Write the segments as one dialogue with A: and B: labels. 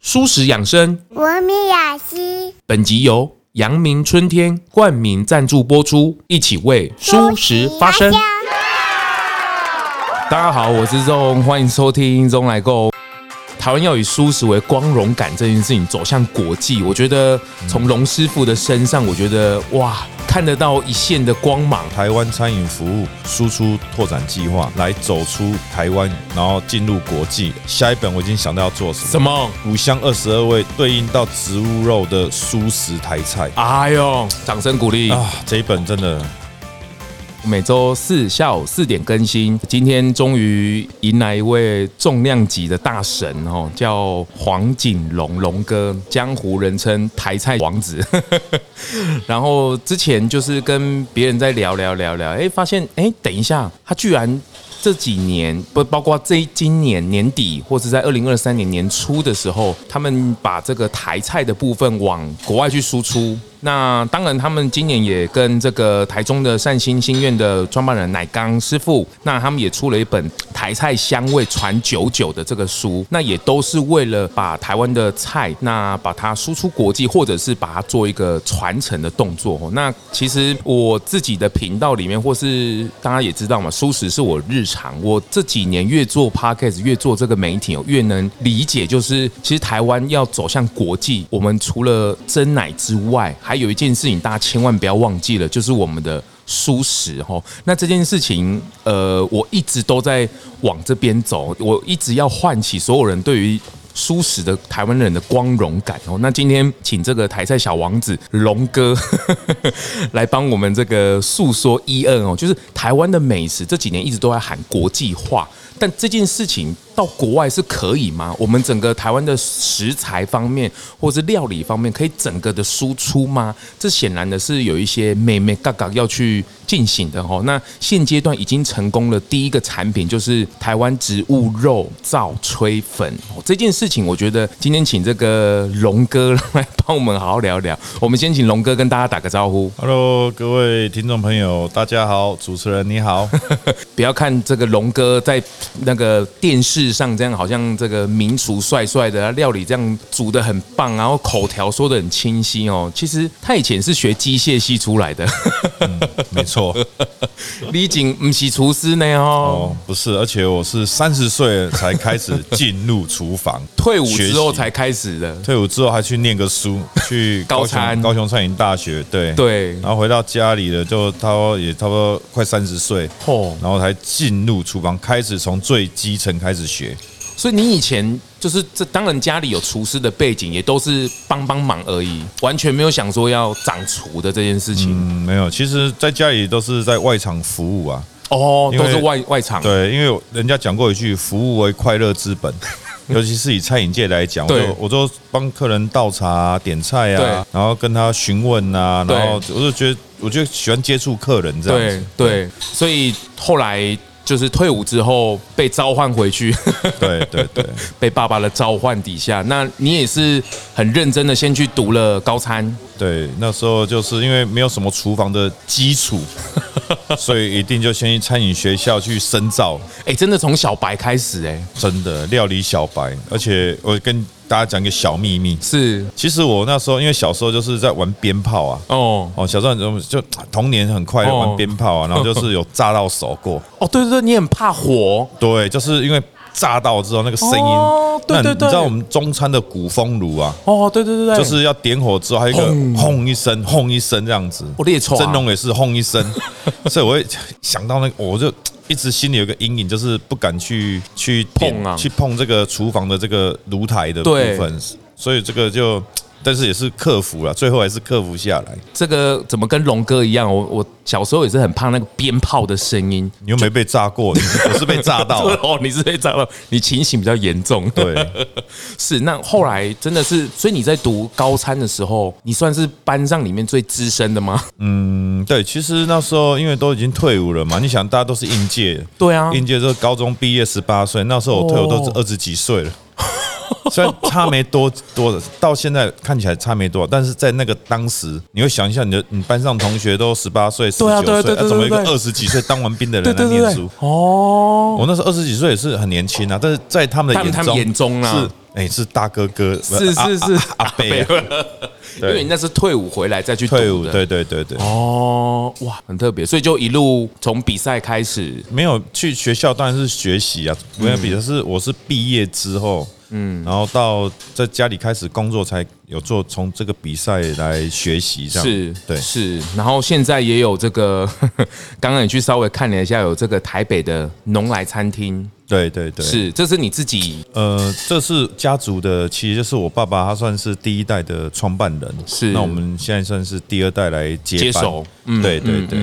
A: 舒适养生。
B: 文明雅集，
A: 本集由阳明春天冠名赞助播出，一起为舒适发声。大家好，我是 Zong，欢迎收听 Zong 来购。台湾要以舒适为光荣感这件事情走向国际，我觉得从龙师傅的身上，我觉得哇，看得到一线的光芒。
C: 台湾餐饮服务输出拓展计划来走出台湾，然后进入国际。下一本我已经想到要做什么。
A: 什么？
C: 五香二十二味对应到植物肉的素食台菜
A: 哎呦，掌声鼓励！
C: 啊，这一本真的
A: 每周四下午四点更新。今天终于迎来一位重量级的大神哦，叫黄景龙龙哥，江湖人称台菜王子。然后之前就是跟别人在聊聊聊聊，哎，发现哎，等一下，他居然这几年不包括这一今年年底或是在二零二三年年初的时候，他们把这个台菜的部分往国外去输出。那当然，他们今年也跟这个台中的善心心愿的创办人乃刚师傅，那他们也出了一本《台菜香味传九九》的这个书，那也都是为了把台湾的菜，那把它输出国际，或者是把它做一个传承的动作。哦那其实我自己的频道里面，或是大家也知道嘛，舒适是我日常。我这几年越做 podcast，越做这个媒体，哦越能理解，就是其实台湾要走向国际，我们除了真奶之外，还有一件事情大家千万不要忘记了，就是我们的。舒适吼，那这件事情，呃，我一直都在往这边走，我一直要唤起所有人对于舒适的台湾人的光荣感哦。那今天请这个台菜小王子龙哥 来帮我们这个诉说一二哦，就是台湾的美食这几年一直都在喊国际化，但这件事情到国外是可以吗？我们整个台湾的食材方面，或是料理方面，可以整个的输出吗？这显然的是有一些妹妹嘎嘎要去进行的哦。那现阶段已经成功了第一个产品，就是台湾植物肉皂吹粉哦。这件事情，我觉得今天请这个龙哥来帮我们好好聊聊。我们先请龙哥跟大家打个招呼。
C: ，Hello，各位听众朋友，大家好，主持人 你好，
A: 不要看这个龙哥在那个电视上这样，好像这个名厨帅帅的，料理这样煮的很棒，然后口条说的很清晰哦。其实他以前是学机械系出来 的，
C: 没错
A: 李景不是厨师呢哦，
C: 哦，不是，而且我是三十岁才开始进入厨房，
A: 退伍之后
C: 学习
A: 才开始的。
C: 退伍之后还去念个书，去
A: 高
C: 高雄
A: 餐
C: 高雄餐饮大学，对
A: 对
C: 然后回到家里了，就他也差不多快三十岁，
A: 哦，
C: 然后才进入厨房，开始从最基层开始学。
A: 所以你以前就是这，当然家里有厨师的背景，也都是帮帮忙而已，完全没有想说要长厨的这件事情。
C: 嗯，没有，其实在家里都是在外场服务啊。
A: 哦，
C: 因
A: 都
C: 为
A: 是外外场。
C: 对，因为人家讲过一句“服务为快乐之本”， 尤其是以餐饮界来讲，我
A: 对
C: 就我都帮客人倒茶啊、点菜
A: 对
C: 啊，然后跟他询问啊，然后我就觉得，我就喜欢接触客人这样
A: 对
C: 子。
A: 对，所以后来就是退伍之后被召唤回去，
C: 对对对，
A: 被爸爸的召唤底下，那你也是很认真的先去读了高餐，
C: 对，那时候就是因为没有什么厨房的 基础，所以一定就先去餐饮学校去深造，
A: 哎、真的从小白开始、哎，
C: 真的料理小白。而且我跟大家讲一个小秘密，
A: 是
C: 其实我那时候因为小时候就是在玩鞭炮啊。
A: 哦
C: 哦，小时候就就童年很快乐
A: 哦
C: 玩鞭炮啊，然后就是有炸到手过，
A: 哦，对对对，你很怕火，
C: 对，就是因为炸到之后那个声
A: 哦
C: 音，
A: 对
C: 那
A: 对
C: 你知
A: 对
C: 道我们中餐的鼓风炉啊，
A: 哦，对对对对，
C: 就是要点火之后还有一个
A: 轰
C: 轰一声，轰一声这样子，
A: 我列错啊
C: 蒸笼也是轰 一声，所以我会想到那个，我就一直心里有个阴影，就是不敢去去点
A: 碰啊
C: 去碰这个厨房的这个炉台的部
A: 对
C: 分，所以这个就。但是也是克服了，最后还是克服下来。
A: 这个怎么跟龙哥一样，我我小时候也是很怕那个鞭炮的声音，
C: 你又没被炸 过，你是我是被炸到了。
A: 哦，你是被炸到，你情形比较严重，
C: 对，
A: 是，那后来真的是，所以你在读高餐的时候，你算是班上里面最资深的吗？
C: 嗯，对，其实那时候因为都已经退伍了嘛，你想大家都是应届，
A: 对啊
C: 应届就是高中毕业十八岁，那时候我退伍都是
A: 哦
C: 二十几岁了， 虽然差没多多的，到现在看起来差没多少，但是在那个当时，你会想一下你的你班上同学都十八岁、十九
A: 对啊
C: 岁，
A: 对啊对对
C: 啊怎么一个
A: 对对
C: 二十几岁当完兵的人来念书？
A: 哦，
C: 我那时候二十几岁也是很年轻啊，但是在他们的
A: 他们
C: 眼
A: 他
C: 中，
A: 们眼中啊
C: 是哎、是大哥哥，不
A: 是
C: 啊
A: 是
C: 啊
A: 是
C: 啊阿贝，
A: 因为你那是退伍回来再去读
C: 退伍，
A: 的
C: 对对对对，
A: 哦，哇，很特别，所以就一路从比赛开始，
C: 没有去学校当然是学习啊，没有比的是我是毕业之后，嗯，然后到在家里开始工作才有做从这个比赛来学习这样，
A: 是，
C: 对，
A: 是，然后现在也有这个， 刚刚你去稍微看了一下，有这个台北的农来餐厅，
C: 对对对，
A: 是，这是你自己
C: 呃，这是家族的，其实就是我爸爸，他算是第一代的创办人，
A: 是
C: 那我们现在算是第二代来接
A: 接
C: 班
A: 手，嗯
C: 对对对，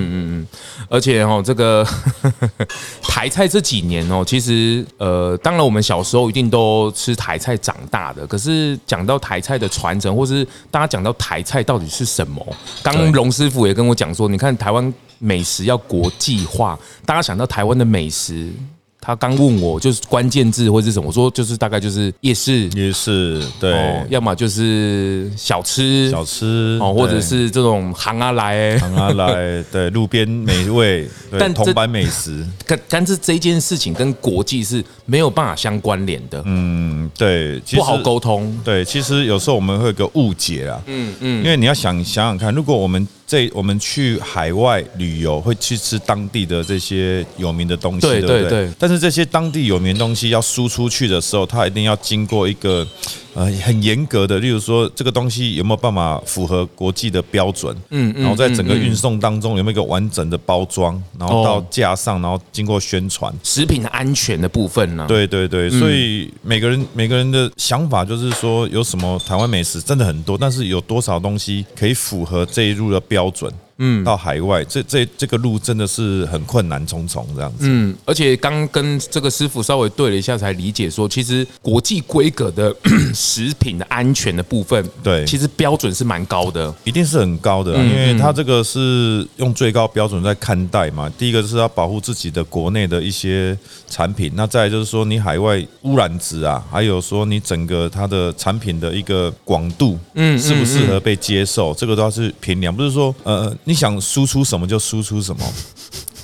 A: 而且哦，这个 台菜这几年哦，其实呃，当然我们小时候一定都吃台菜长大的。可是讲到台菜的传承，或是大家讲到台菜到底是什么，刚
C: 对
A: 龙师傅也跟我讲说，你看台湾美食要国际化，大家想到台湾的美食。他刚问我，就是关键字或是什么，我说就是大概就是夜市，
C: 也是对、
A: 哦，要么就是小吃，
C: 小吃
A: 哦，或者
C: 对
A: 是这种行啊 来，
C: 让他来对路边美味，对
A: 但这
C: 铜板美食，
A: 但但是这件事情跟国际是没有办法相关联的，
C: 嗯，对，其实
A: 不好沟通。
C: 对，其实有时候我们会有个误解啦，嗯嗯，因为你要想想想看，如果我们这我们去海外旅游，会去吃当地的这些有名的东西，
A: 对
C: 不
A: 对对
C: 但是这些当地有名的东西要输出去的时候，它一定要经过一个呃很严格的，例如说这个东西有没有办法符合国际的标准，嗯，然后在整个运送当中有没有一个完整的包装，然后到
A: 哦
C: 架上，然后经过宣传，
A: 食品安全的部分啊呢、，
C: 对对对，所以每个人每个人的想法就是说，有什么台湾美食真的很多，但是有多少东西可以符合这一路的标准？嗯，到海外这这这个路真的是很困难重重这样子。
A: 嗯，而且刚跟这个师傅稍微对了一下，才理解说，其实国际规格的 食品的安全的部分，
C: 对
A: 其实标准是蛮高的。
C: 一定是很高的啊、
A: 嗯
C: 因为它这个是用最高标准在看待嘛。第一个就是要保护自己的国内的一些产品，那再来就是说你海外污染值啊，还有说你整个它的产品的一个广度，嗯，适不适合被接
A: 嗯
C: 受，这个都要是评量，不是说呃你想输出什么就输出什么，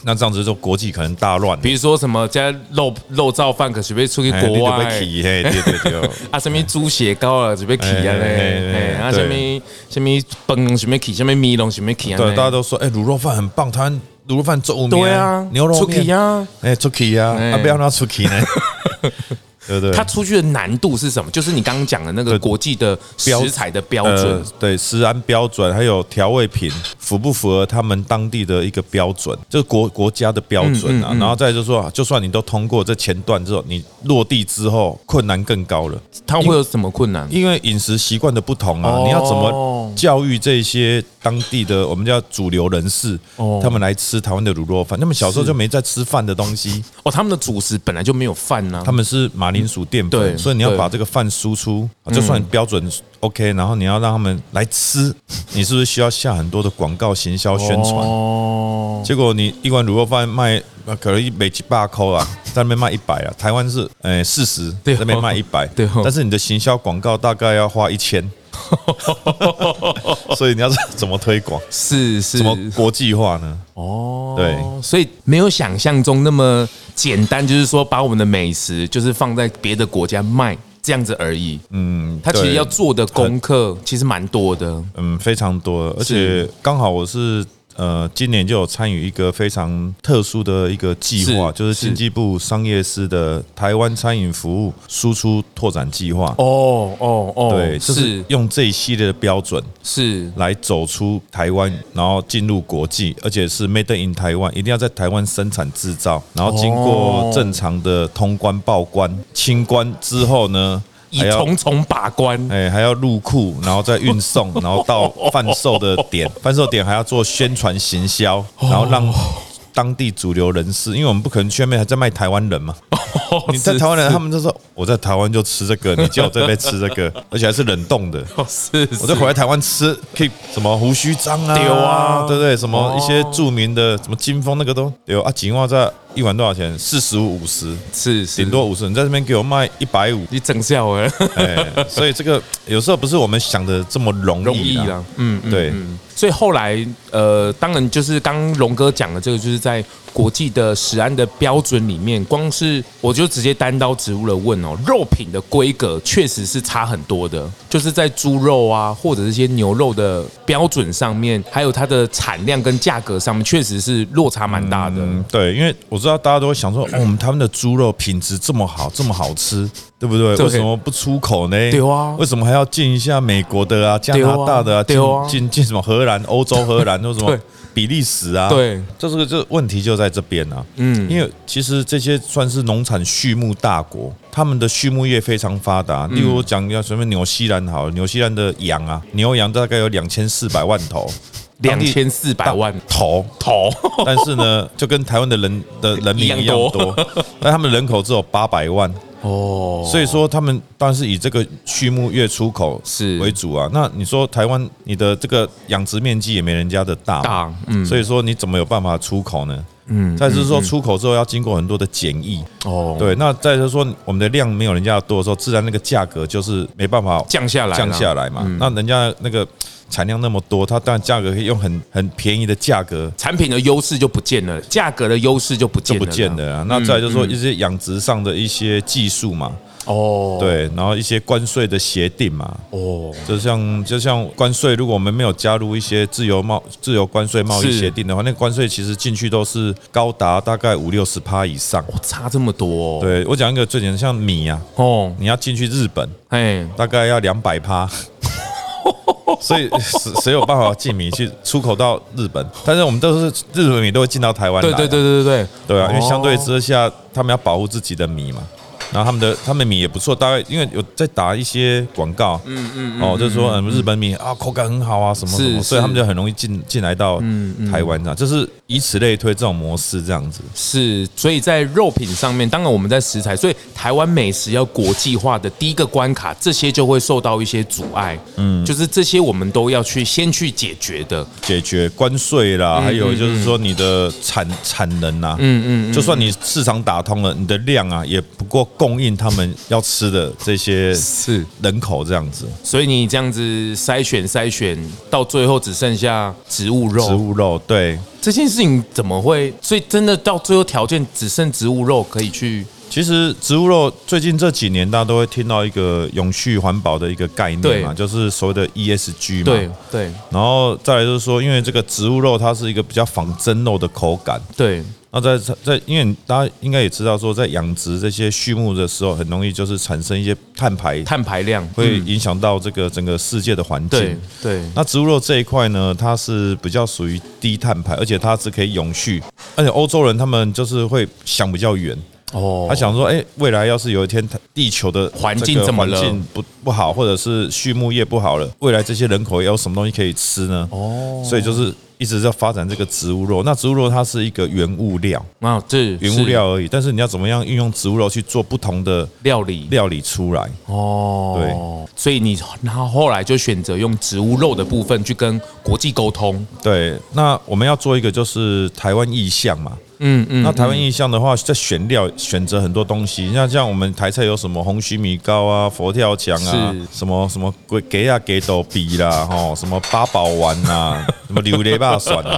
C: 那这样子就国际可能大乱了。
A: 比如说什么加肉肉燥饭，可随便出去
C: 哎
A: 国外。
C: 你就被起嘿，对对哦 对，
A: 啊，什么猪血糕啊，随便起啊
C: 哎哎
A: 嘞，哎
C: 哎
A: 啊，什
C: 对
A: 么什么崩，什么起，什么米龙，什么起啊嘞，
C: 对，大家都说哎，卤肉饭很棒，台湾卤肉饭做面，
A: 对啊，
C: 牛肉
A: 出
C: 面
A: 去啊，
C: 哎、出去啊，
A: 哎
C: 啊，不要让他出去呢， 对不对？
A: 它出去的难度是什么？就是你刚刚讲的那个
C: 对
A: 国际的食材的标准
C: 呃，对食安标准，还有调味品符不符合他们当地的一个标准，就是国国家的标准
A: 嗯
C: 啊。然后再就是说，就算你都通过这前段之后，你落地之后困难更高了，
A: 它会有什么困难？
C: 因为饮食习惯的不同啊，
A: 哦
C: 你要怎么教育这些当地的我们叫主流人士，
A: 哦
C: 他们来吃台湾的卤肉饭，他们小时候就没在吃饭的东西。
A: 哦，他们的主食本来就没有饭啊呢
C: 他。们是马铃薯淀
A: 嗯对
C: 粉，所以你要
A: 对
C: 把这个饭输出，就算标准 OK，然后你要让他们来 吃，你是不是需要下很多的广告行销宣传？
A: 哦，
C: 结果你一碗卤肉饭卖呃可能一每几百块啊， 在那边卖一百啊，台湾是呃四十，
A: 对哦
C: 那边卖一百，
A: 对哦
C: 但是你的行销广告大概要花 一千，所以你要怎么推广，
A: 是是
C: 怎么国际化呢？
A: 哦，
C: 对
A: 所以没有想象中那么简单，就是说把我们的美食就是放在别的国家卖这样子而已。嗯，他其实
C: 对
A: 要做的功课其实蛮多的。
C: 嗯，非常多，而
A: 是
C: 且刚好我是呃，今年就有参与一个非常特殊的一个计划，
A: 是
C: 就是
A: 是
C: 经济部商业司的台湾餐饮服务输出拓展计划。
A: 哦哦哦，
C: 对，就是
A: 是
C: 用这一系列的标准
A: 是
C: 来走出台湾，然后进入国际，而且是 Made in 台湾，一定要在台湾生产制造，然后经
A: 哦
C: 过正常的通关、报关、清关之后呢，
A: 以
C: 还要
A: 重重把关。
C: 哎，还要入库，然后再运送，然后到贩售的点，贩售点还要做宣传行销，
A: 哦
C: 然后让当地主流人士，因为我们不可能去外面还在卖台湾人嘛。你在
A: 哦是
C: 台湾人，
A: 是
C: 他们就说我在台湾就吃这个，你叫我这边吃这个，而且还是冷冻的。
A: 哦 是，
C: 我再回来台湾吃，可以什么胡须章啊，
A: 对啊
C: 对不对？什么一些著名的，什么金峰那个都有啊，锦华在一碗多少钱？四十五、五十，
A: 是是
C: 顶多五十。你在这边给我卖一百五，
A: 你整笑了，
C: 哎，所以这个有时候不是我们想的这么容
A: 容
C: 易啊
A: 易
C: 啦。
A: 啦，嗯，嗯
C: 对
A: 嗯所以后来，呃，当然就是刚龙哥讲的这个，就是在国际的食安的标准里面，光是我就直接单刀直入的问哦，肉品的规格确实是差很多的，就是在猪肉啊，或者这些牛肉的标准上面，还有它的产量跟价格上面，确实是落差蛮大的。
C: 嗯，对，因为我知道大家都会想说， 哦，我们他们的猪肉品质这么好，这么好吃，对不对？
A: 对
C: 为什么不出口呢？
A: 对啊
C: 为什么还要进一下美国的啊、加拿大的啊、
A: 对啊
C: 进进进什么荷兰、欧洲荷 兰，或什么
A: 对
C: 比利时啊？
A: 对，
C: 这是个这问题就在这边啊。
A: 嗯
C: 嗯，因为其实这些算是农产畜牧大国，他们的畜牧业非常发达。
A: 嗯
C: 例如我讲要什么纽西兰好了，纽西兰的羊啊，牛羊大概有两千四百万头，
A: 两千四百万
C: 头。
A: 头，
C: 但是呢，就跟台湾的人的人民
A: 一样
C: 一样
A: 多
C: 多，但他们人口只有八百万，
A: 哦，
C: 所以说他们当然是以这个畜牧业出口
A: 是
C: 为主啊。那你说台湾你的这个养殖面积也没人家的大嘛，
A: 大嗯
C: 所以说你怎么有办法出口呢？嗯，再就是说出口之后要经过很多的检疫，
A: 哦，
C: 对，那再就是说我们的量没有人家多的时候，自然那个价格就是没办法
A: 降下来啦嗯
C: 降下来嘛。那人家那个产量那么多，它当然价格可以用很很便宜的价格
A: 产品的优势就不见了，价格的优势就不见
C: 就
A: 了，嗯
C: 不见了啊。那再来就是说一些养殖上的一些技术嘛，
A: 哦，
C: 对，然后一些关税的协定嘛，
A: 哦，
C: 就像就像关税，如果我们没有加入一些自由贸自由关税贸易
A: 是
C: 协定的话，那关税其实进去都是高达大概五六十趴以上。
A: 差这么多、哦，，
C: 对我讲一个最简单，像米啊，
A: 哦，
C: 你要进去日本
A: 哎，
C: 大概要两 百趴。所以谁谁有办法进米去出口到日本？但是我们都是日本米都会进到台湾来
A: 对
C: 啊，
A: 对对对对
C: 对啊，因为相对
A: 哦
C: 之下，他们要保护自己的米嘛。然后他们的他们米也不错，大概因为有在打一些广告，嗯嗯，哦，就是说嗯日本米啊口感很好啊什么什
A: 是
C: 么，所
A: 是
C: 以他们就很容易进进来到台湾这样，就是以此类推这种模式这样子。
A: 是，所以在肉品上面，当然我们在食材，所以台湾美食要国际化的第一个关卡，这些就会受到一些阻碍，嗯，就是这些我们都要去先去解决的，
C: 解决关税啦，还有就是说你的产产能啊，嗯嗯嗯，就算你市场打通了，你的量啊也不够供应他们要吃的这些
A: 是，
C: 人口这样子，
A: 所以你这样子筛选筛选，到最后只剩下植物肉，
C: 植物肉对。
A: 这件事情怎么会？所以真的到最后条件只剩植物肉可以去，
C: 其实植物肉最近这几年大家都会听到一个永续环保的一个概念嘛，
A: 对
C: 就是所谓的 ESG 嘛。
A: 对。对
C: 然后再来就是说，因为这个植物肉它是一个比较仿真肉的口感，
A: 对，
C: 那在在因为大家应该也知道说，在养殖这些畜牧的时候，很容易就是产生一些碳排，
A: 碳排量
C: 会
A: 嗯
C: 影响到这个整个世界的环
A: 对
C: 境。
A: 对
C: 那植物肉这一块呢，它是比较属于低碳排，而且它是可以永续，而且欧洲人他们就是会想比较远。
A: 哦，
C: 他想说，哎、未来要是有一天它地球的
A: 环境
C: 这个
A: 怎么了
C: 环境不不好，或者是畜牧业不好了，未来这些人口要有什么东西可以吃呢？哦，所以就是一直在发展这个植物肉。那植物肉它是一个原物料，
A: 啊，这
C: 原物料而已，但是你要怎么样运用植物肉去做不同的
A: 料理
C: 料理出来？
A: 哦，对，所以你然后后来就选择用植物肉的部分去跟国际沟通，
C: 对，那我们要做一个就是台湾意向嘛。
A: 嗯嗯，
C: 那台湾意向的话，在选料选择很多东西，那像我们台菜有什么红须米糕啊、佛跳墙啊
A: 是，
C: 什么什么鬼给啊给豆比啦，吼，什么八宝丸 啊，什么榴莲霸蒜啊，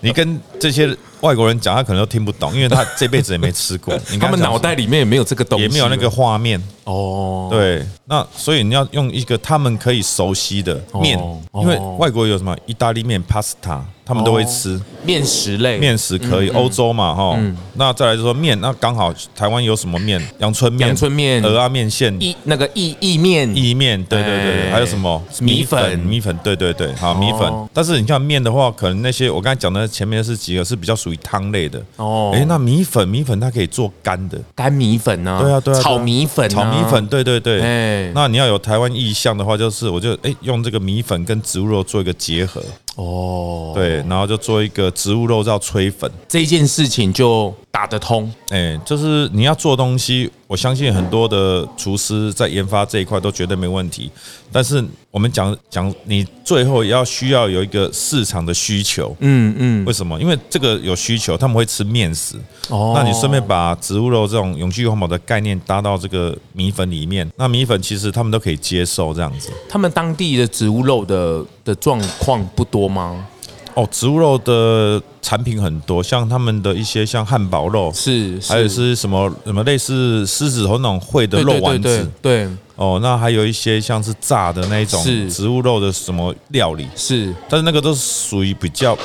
C: 你跟这些外国人讲，他可能都听不懂，因为他这辈子也没 吃过，你跟
A: 他们
C: 讲
A: 脑袋里面也没有这个东西，
C: 啊也没有那个画面，
A: 哦，
C: 对，那所以你要用一个他们可以熟悉的面
A: 哦，
C: 因为
A: 哦
C: 外国有什么意大利面、pasta，他们都会吃。
A: 面食类
C: 面食可
A: 嗯
C: 以，欧洲嘛哈。那再来就说面，那刚好台湾有什么面？阳春
A: 嗯
C: 面、
A: 阳春面
C: 鹅啊面线、
A: 意那个意意面
C: 意面，对对对
A: 哎
C: 对，还有什么
A: 米粉哦
C: 米粉，对对对，好米粉。但是你看面的话，可能那些我刚才讲的前面是几个是比较属于汤类的。
A: 哦嗯
C: 哎，那米粉米粉它可以做干的，
A: 干米粉呢，
C: 对啊对啊，对啊
A: 炒米粉啊，
C: 炒米粉，对对对。
A: 哎
C: 那你要有台湾意向的话，就是我就哎用这个米粉跟植物肉做一个结合，
A: 哦，
C: 对，然后就做一个植物肉叫炊粉。
A: 这件事情就打得通，
C: 哎、就是你要做东西，我相信很多的厨师在研发这一块都绝对没问题，但是我们讲讲，你最后也要需要有一个市场的需求。
A: 嗯嗯，
C: 为什么？因为这个有需求，他们会吃面食。
A: 哦
C: 那你顺便把植物肉这种永续环保的概念搭到这个米粉里面，那米粉其实他们都可以接受这样子。
A: 他们当地的植物肉的的状况不多吗？
C: 哦，植物肉的产品很多，像他们的一些像汉堡肉，
A: 是，
C: 还有是什么什么类似狮子头那种烩
A: 对
C: 的肉
A: 对
C: 丸
A: 对
C: 子
A: 对对
C: 哦，那还有一些像是炸的那一种
A: 是
C: 植物肉的什么料理，
A: 是
C: 但是那个都是属于比较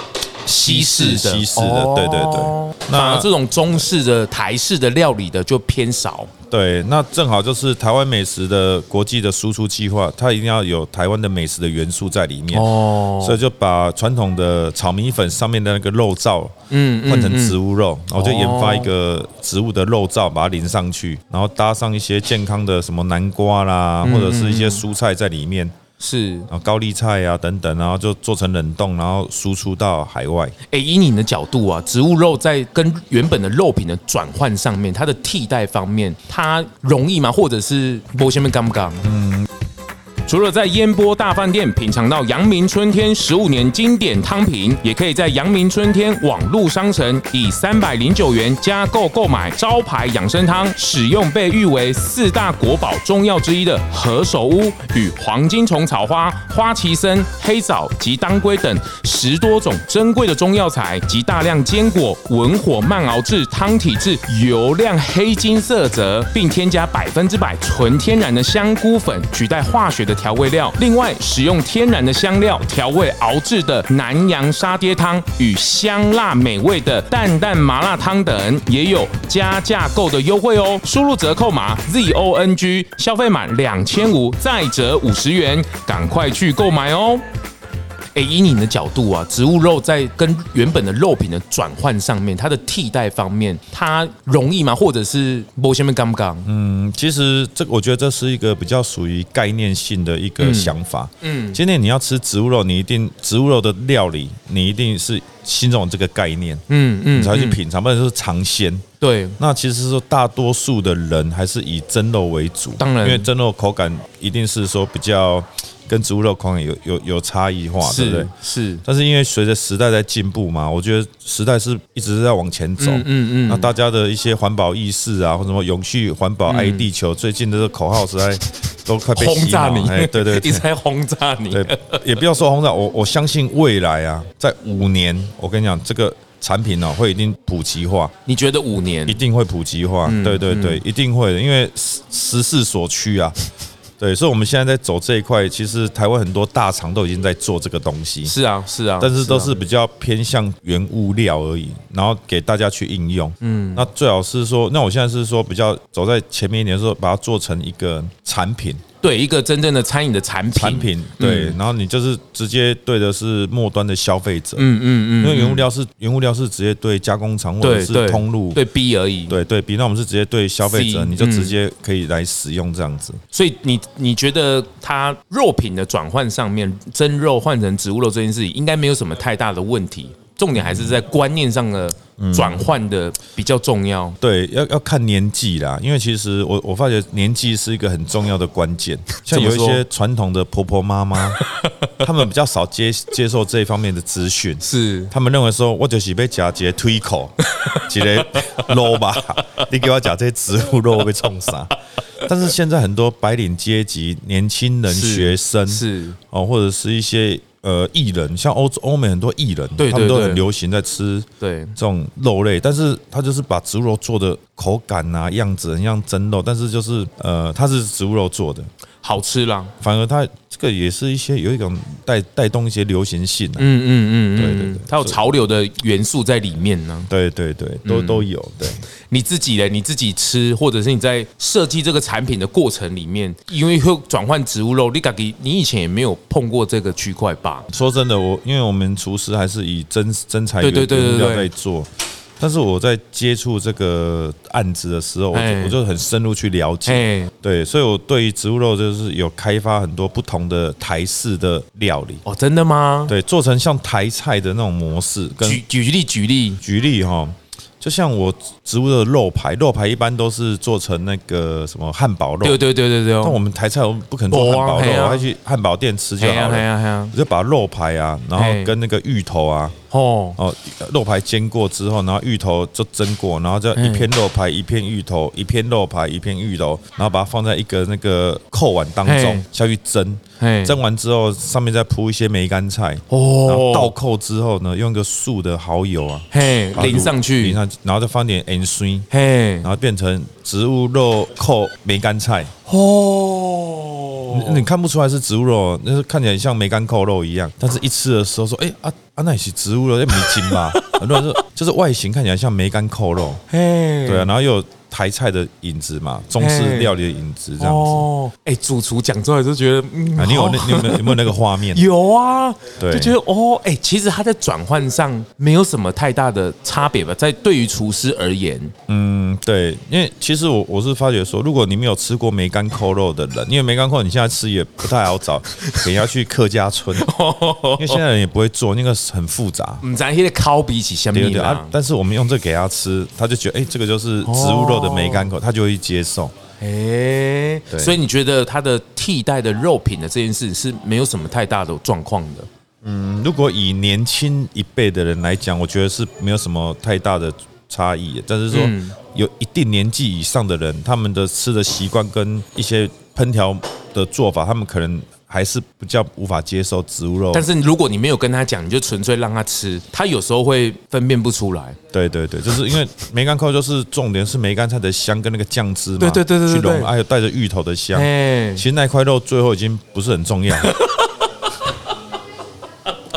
A: 西式的，
C: 西式的对对对
A: 哦
C: 那
A: 反而这种中式的、台式的料理的就偏少。
C: 对，那正好就是台湾美食的国际的输出计划，它一定要有台湾的美食的元素在里面。
A: 哦
C: 所以就把传统的炒米粉上面的那个肉燥，
A: 嗯嗯
C: 换成
A: 嗯
C: 植物肉，然后就研发一个植物的肉燥，把它淋上去，然后搭上一些健康的什么南瓜啦，
A: 嗯
C: 或者是一些蔬菜在里面，
A: 是，
C: 然后高丽菜啊等等，然后就做成冷冻，然后输出到海外。
A: 哎，以你的角度啊，植物肉在跟原本的肉品的转换上面，它的替代方面，它容易吗？或者是波先面干不干？除了在烟波大饭店品尝到阳明春天十五年经典汤品，也可以在阳明春天网络商城以三百零九元加购购买招牌养生汤，使用被誉为四大国宝中药之一的何首乌与黄金虫草花、花旗参、黑枣及当归等十多种珍贵的中药材及大量坚果、文火慢熬制汤体至油亮黑金色泽，并添加百分之百纯天然的香菇粉取代化学的调味料。另外，使用天然的香料调味熬制的南洋沙爹汤与香辣美味的淡淡麻辣汤等，也有加价购的优惠哦。输入折扣码 Z O N G，消费满两千五再折五十元，赶快去购买哦。诶，以你的角度啊，植物肉在跟原本的肉品的转换上面，它的替代方面，它容易吗？或者是波先面刚不刚？嗯，
C: 嗯，其实这个我觉得这是一个比较属于概念性的一个想法。嗯，今天你要吃植物肉，你一定植物肉的料理，你一定是心中有这个概念，
A: 嗯嗯
C: 你才会去品尝，不然就是尝鲜。
A: 对，
C: 那其实说大多数的人还是以蒸肉为主，
A: 当然
C: 因为蒸肉口感一定是说比较跟植物肉口感有有有差异化，对不对
A: 是？是，
C: 但是因为随着时代在进步嘛，我觉得时代是一直在往前走。
A: 嗯嗯
C: 那大家的一些环保意识啊，或者什么永续环保爱地球，最近的这个口号实在都快被
A: 嗯轰
C: 洗
A: 炸
C: 脑。
A: 你，
C: 哎，对 对
A: 一
C: 对
A: 直。在轰炸你，
C: 对，也不要说轰炸，我我相信未来啊，在五年，我跟你讲，这个产品呢、哦会一定普及化，
A: 你觉得五年
C: 一？定会普及化。
A: 嗯
C: 对对对，一定会的，因为时时势所趋啊。对，所以我们现在在走这一块，其实台湾很多大厂都已经在做这个东西。
A: 是啊是啊，
C: 但是都
A: 啊
C: 是比较偏向原物料而已，然后给大家去应用。嗯，那最好是说，那我现在是说比较走在前面一点，说把它做成一个产品，
A: 对一个真正的餐饮的产品，
C: 产品对，
A: 嗯
C: 然后你就是直接对的是末端的消费者。嗯
A: 嗯嗯
C: 因为原物料是原物料是直接对加工厂或者
A: 对
C: 是
A: 对
C: 通路。
A: 对 B 而已，
C: 对对比那我们是直接对消费者，
A: C，
C: 你就直
A: 嗯
C: 接可以来使用这样子。
A: 所以你你觉得它肉品的转换上面，真肉换成植物肉这件事情，应该没有什么太大的问题，重点还是在观念上的转换的比较重要。
C: 对，要要看年纪啦，因为其实我我发觉年纪是一个很重要的关键。像有一
A: 怎么说
C: 些传统的婆婆妈妈， 他们比较少接接受这一方面的资讯，
A: 是
C: 他们认为说我就是被夹节推口， 几个肉吧， 你给我夹这些植物肉我被冲杀。但是现在很多白领阶级、年轻人、
A: 是
C: 学生
A: 是，
C: 哦，或者是一些呃艺人，像欧洲欧美很多艺人，
A: 对
C: 他们
A: 对
C: 都
A: 对
C: 很流行在吃
A: 对，
C: 这种肉类，但是它就是把植物肉做的口感啊、样子很像真肉，但是就是呃，它是植物肉做的，
A: 好吃啦。
C: 反而它这个也是一些有一种带带动一些流行性、啊，
A: 嗯嗯嗯，
C: 对对对
A: 它有潮流的元素在里面呢、
C: 对对对，
A: 嗯
C: 都、都有，对，
A: 你自己嘞，你自己吃，或者是你在设计这个产品的过程里面，因为会转换植物肉，你感觉你以前也没有碰过这个区块吧？
C: 说真的，我因为我们厨师还是以真真材
A: 对
C: 原
A: 对对对
C: 原料
A: 对
C: 在做。但是我在接触这个案子的时候，我就
A: 哎
C: 我就很深入去了解，
A: 哎，
C: 对，所以我对于植物肉就是有开发很多不同的台式的料理，
A: 哦，真的吗？
C: 对，做成像台菜的那种模式，跟
A: 举举例举例，
C: 举例哈，就像我植物的肉排，肉排一般都是做成那个什么汉堡肉，
A: 对对对对对哦，
C: 但我们台菜我们不可能做汉堡肉，我还去汉堡店吃就
A: 嘿呀
C: 好
A: 嘿
C: 了。
A: 呀嘿呀
C: 我就把肉排啊，然后
A: 嘿
C: 跟那个芋头啊，
A: 哦，
C: 哦，肉排煎过之后，然后芋头就蒸过，然后就一片肉排，一片芋头，一片肉排，一片芋头，然后把它放在一个那个扣碗当中
A: 嘿
C: 下去蒸，
A: 嘿
C: 蒸完之后上面再铺一些梅干菜，然
A: 哦
C: 后倒扣之后呢，用一个素的蚝油啊，
A: 嘿
C: 把它
A: 淋上
C: 淋
A: 去，
C: 上去，然后再放点 N C，
A: 嘿
C: 然后变成植物肉扣梅干菜。
A: 哦
C: 你你看不出来是植物肉，那是看起来像梅干扣肉一样，但是一吃的时候说，哎、啊啊，那也是植物肉，那米筋吧？ 很多人说就是外形看起来像梅干扣肉，
A: 嘿
C: 对啊，然后又有台菜的影子嘛，中式
A: 嘿
C: 料理的影子这样子。
A: 哦，哎，主厨讲出来就觉得，嗯
C: 啊，你有
A: 好
C: 那你有没有有没有那个画面？
A: 有啊，
C: 对
A: 就觉得哦，哎、其实他在转换上没有什么太大的差别吧，在对于厨师而言，
C: 嗯，对，因为其实我我是发觉说，如果你没有吃过梅干扣肉的人，因为梅干扣你现在吃也不太好找，可能要去客家村，因为现在人也不会做，那个很复杂。
A: 唔知迄个烤比起下
C: 对
A: 面
C: 对啊
A: 啦，，
C: 但是我们用这给他吃，他就觉得哎、这个就是植物肉的梅干扣，他就会接受。
A: 哎、
C: 啊对
A: 所以你觉得他的替代的肉品的这件事是没有什么太大的状况的，
C: 嗯如果以年轻一辈的人来讲，我觉得是没有什么太大的差异，但是说
A: 嗯
C: 有一定年纪以上的人，他们的吃的习惯跟一些烹调的做法，他们可能还是比较无法接受植物肉。
A: 但是如果你没有跟他讲，你就纯粹让他吃，他有时候会分辨不出来。
C: 对对对，就是因为梅干扣就是重点是梅干菜的香跟那个酱汁嘛，
A: 对对对对对
C: 去融，
A: 对
C: 还有带着芋头的香。
A: 哎、
C: 其实那块肉最后已经不是很重要。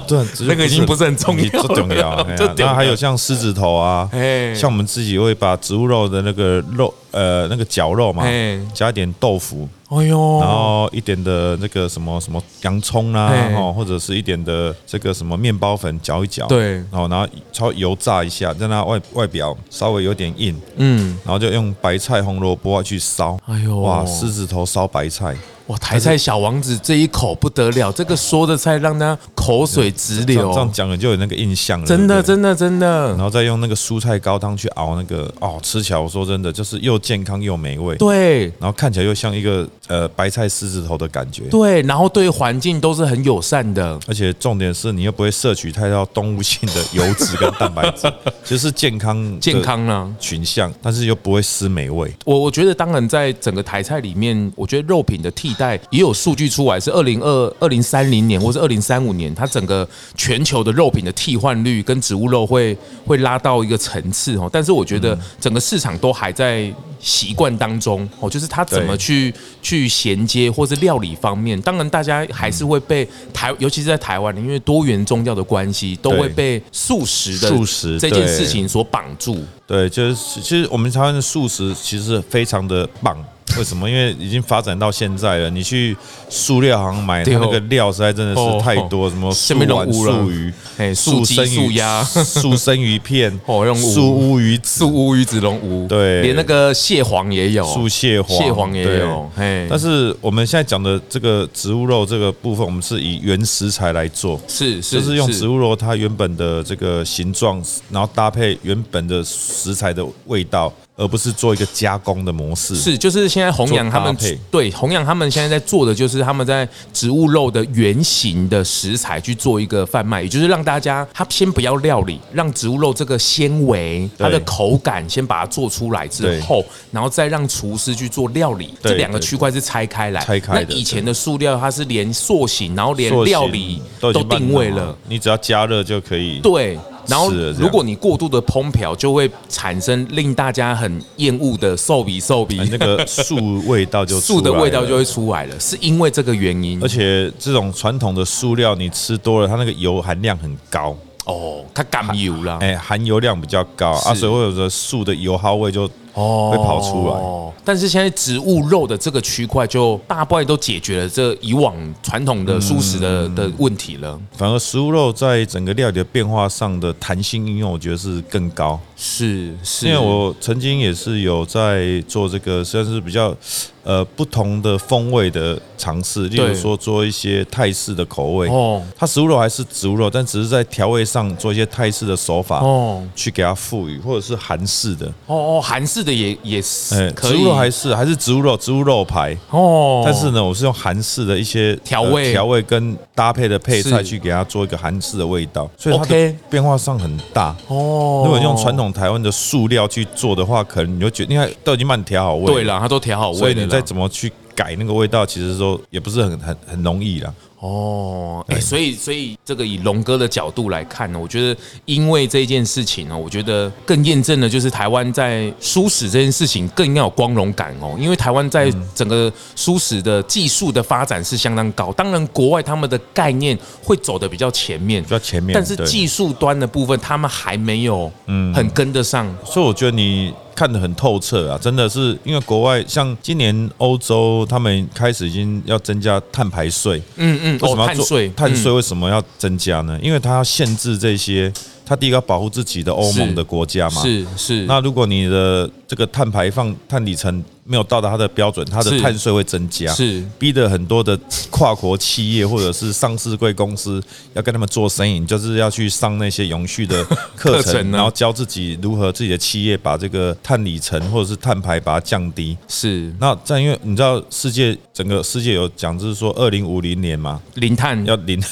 C: 对，只
A: 那个已经不是很重要了
C: 不重 要。哎
A: 这
C: 呀
A: 重要
C: 然后还有像狮子头啊，
A: 哎
C: 像我们自己会把植物肉的那个肉，呃，那个绞肉嘛
A: 哎，
C: 加一点豆腐，
A: 哎呦，
C: 然后一点的那个什么什么洋葱啦、啊，
A: 哎
C: 哦，或者是一点的这个什么面包粉搅一搅，哦
A: 对
C: 然后然后稍微油炸一下，让它外外表稍微有点硬，
A: 嗯，
C: 然后就用白菜红萝卜去烧，
A: 哎呦
C: 哇，狮子头烧白菜，
A: 哇，台菜小王子这一口不得了，这个说的菜让他口水直
C: 这样这
A: 流
C: 样，讲了就有那个印象了，
A: 哦真的，
C: 对
A: 真
C: 不对哦
A: 的，真的
C: 然。后再用那个蔬菜高汤去熬那个哦，吃起来我说真的就是又健康又美味，
A: 对
C: 然后看起来又像一个呃白菜狮子头的感觉，
A: 对，然后对环境都是很友善的。
C: 而且重点是你又不会摄取太多动物性的油脂跟蛋白 质，就是健康
A: 健康啊啦、
C: 群像，但是又不会失美味。
A: 我我觉得当然在整个台菜里面，我觉得肉品的替代也有数据出来，是二零二二零三零年或是二零三五年，它整个全球的肉品的替换率跟植物肉会会拉到一个层次哦。但是我觉
C: 嗯
A: 得整个市场都还在习惯当中哦，就是它怎么
C: 对
A: 去去衔接或是料理方面，当然大家还
C: 嗯
A: 是会被台，尤其是在台湾，因为多元宗教的关系，都会
C: 对
A: 被素食的
C: 素食
A: 这件
C: 对
A: 事情所绑住。
C: 对，就是其实我们台湾的素食其实非常的棒。为什么？因为已经发展到现在了。你去塑料行买它
A: 对哦
C: 那个料，实在真的
A: 哦
C: 是太多，什么
A: 什
C: 素
A: 么都
C: 丸、
A: 有啦
C: 素鱼、
A: 嘿素鸡
C: 生鱼
A: 素鸭
C: 素生鱼片、
A: 哦用
C: 素乌鱼子、
A: 素乌鱼子龙乌，
C: 对
A: 连那个蟹黄也有，
C: 素蟹黄、
A: 哦蟹黄也
C: 对
A: 有，嘿，
C: 但是我们现在讲的这个植物肉这个部分，我们是以原食材来做，
A: 是是
C: 就是用植物肉它原本的这个形状，然后搭配原本的食材的味道，而不是做一个加工的模式。
A: 是，就是现在弘扬他们
C: 做搭配
A: 对弘扬他们现在在做的就是他们在植物肉的原型的食材去做一个贩卖，也就是让大家他先不要料理，让植物肉这个纤维它的
C: 对
A: 口感先把它做出来之
C: 对
A: 后，然后再让厨师去做料理，这
C: 对
A: 两个
C: 对
A: 区块是拆开来。
C: 拆开的
A: 那以前的塑料它是连塑形，然后连
C: 塑形
A: 料理
C: 都已
A: 都
C: 经办
A: 定
C: 好
A: 位了。，
C: 你只要加热就可以。
A: 对，然后
C: 是的这样
A: 如果你过度的烹调，就会产生令大家很厌恶的瘦鼻瘦鼻
C: 哎，那个素味道 就
A: 素的
C: 出来
A: 味道
C: 了
A: 就会出来了，是因为这个原因
C: 而。且这种传统的塑料，你吃多了，它那个油含量很高，
A: 哦，它感油啦，
C: 哎哎，含油量比较高啊，
A: 是
C: 所以会有的素的油耗味就
A: 哦
C: 会跑出来。
A: 但是现在植物肉的这个区块，就大部分都解决了这以往传统的素食的、
C: 嗯
A: 的问题了。
C: 反而食物肉在整个料理的变化上的弹性应用，我觉得是更高。
A: 是是，
C: 因为我曾经也是有在做这个，算是比较呃不同的风味的尝试，例
A: 对
C: 如说做一些泰式的口味。
A: 哦
C: 它食物肉还是植物肉，但只是在调味上做一些泰式的手法，
A: 哦
C: 去给它赋予，或者是韩式的，
A: 哦哦，韩式的也也是
C: 哎，
A: 可
C: 植
A: 以，
C: 物肉还是还是植物肉，植物肉排。
A: 哦，
C: 但是呢，我是用韩式的一些
A: 调
C: 呃
A: 味
C: 调味跟搭配的配菜
A: 是
C: 去给它做一个韩式的味道，所以它
A: OK
C: 的变化上很大。
A: 哦，
C: 如果用传统台湾的塑料去做的话，可能你就觉得，因为它都已经帮你调好味，
A: 对，了，它都调好
C: 所
A: 味
C: 以
A: 的
C: 你
A: 啦
C: 再怎么去改那个味道，其实说也不是很很很容易啦。
A: 哦，哎、所以所以这个以龙哥的角度来看呢，我觉得因为这件事情呢，我觉得更验证了就是台湾在舒适这件事情更要有光荣感哦，因为台湾在
C: 嗯
A: 整个舒适的技术的发展是相当高，当然国外他们的概念会走的比较前面，比
C: 较前面
A: 但是
C: 对嗯
A: 技术端的部分他们还没有很跟得上。
C: 所以我觉得你看得很透彻啊，真的是因为国外像今年欧洲他们开始已经要增加碳排税，
A: 嗯嗯，
C: 为什
A: 哦
C: 么要
A: 碳
C: 做
A: 税？
C: 碳税为什么要增加呢？因为它要限制这些，它第一个要保护自己的欧
A: 是
C: 盟的国家嘛。。
A: 是是，
C: 那如果你的这个碳排放、碳里程没有到达它的标准，它
A: 是
C: 的碳税会增加，
A: 是
C: 逼得很多的跨国企业或者是上市贵公司要跟他们做生意，你就是要去上那些永续的课
A: 课程啊
C: 程，
A: 呢
C: 然后教自己如何自己的企业把这个碳里程或者是碳排把它降低。
A: 是
C: 那这样，因为你知道世界整个世界有讲，就是说二零五零年嘛，
A: 零碳
C: 要 零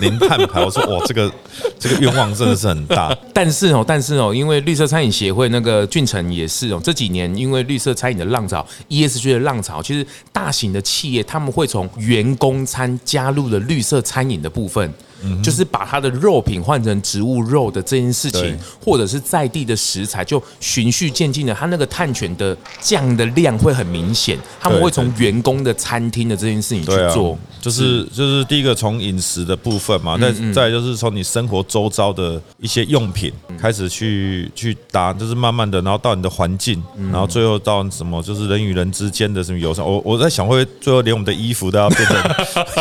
C: 零碳排。我说 哇，这个这个愿望真的是很大。
A: 但是哦，但是哦，因为绿色餐饮协会那个俊成也是哦，这几年因为绿色餐饮的浪潮，ESG 的浪潮，其实大型的企业他们会从员工餐加入了绿色餐饮的部分。
C: 嗯
A: 就是把它的肉品换成植物肉的这件事情
C: 对，
A: 或者是在地的食材，就循序渐进的，它那个碳权的降的量会很明显。他们
C: 对
A: 会从员工的餐厅的这件事情去
C: 对啊
A: 做，，嗯
C: 就是就是第一个从饮食的部分嘛，再再来就是从你生活周遭的一些用品
A: 嗯
C: 开始去去搭，就是慢慢的，然后到你的环境，
A: 嗯
C: 然后最后到什么就是人与人之间的什么友善。我我在想，会不会最后连我们的衣服都要变 成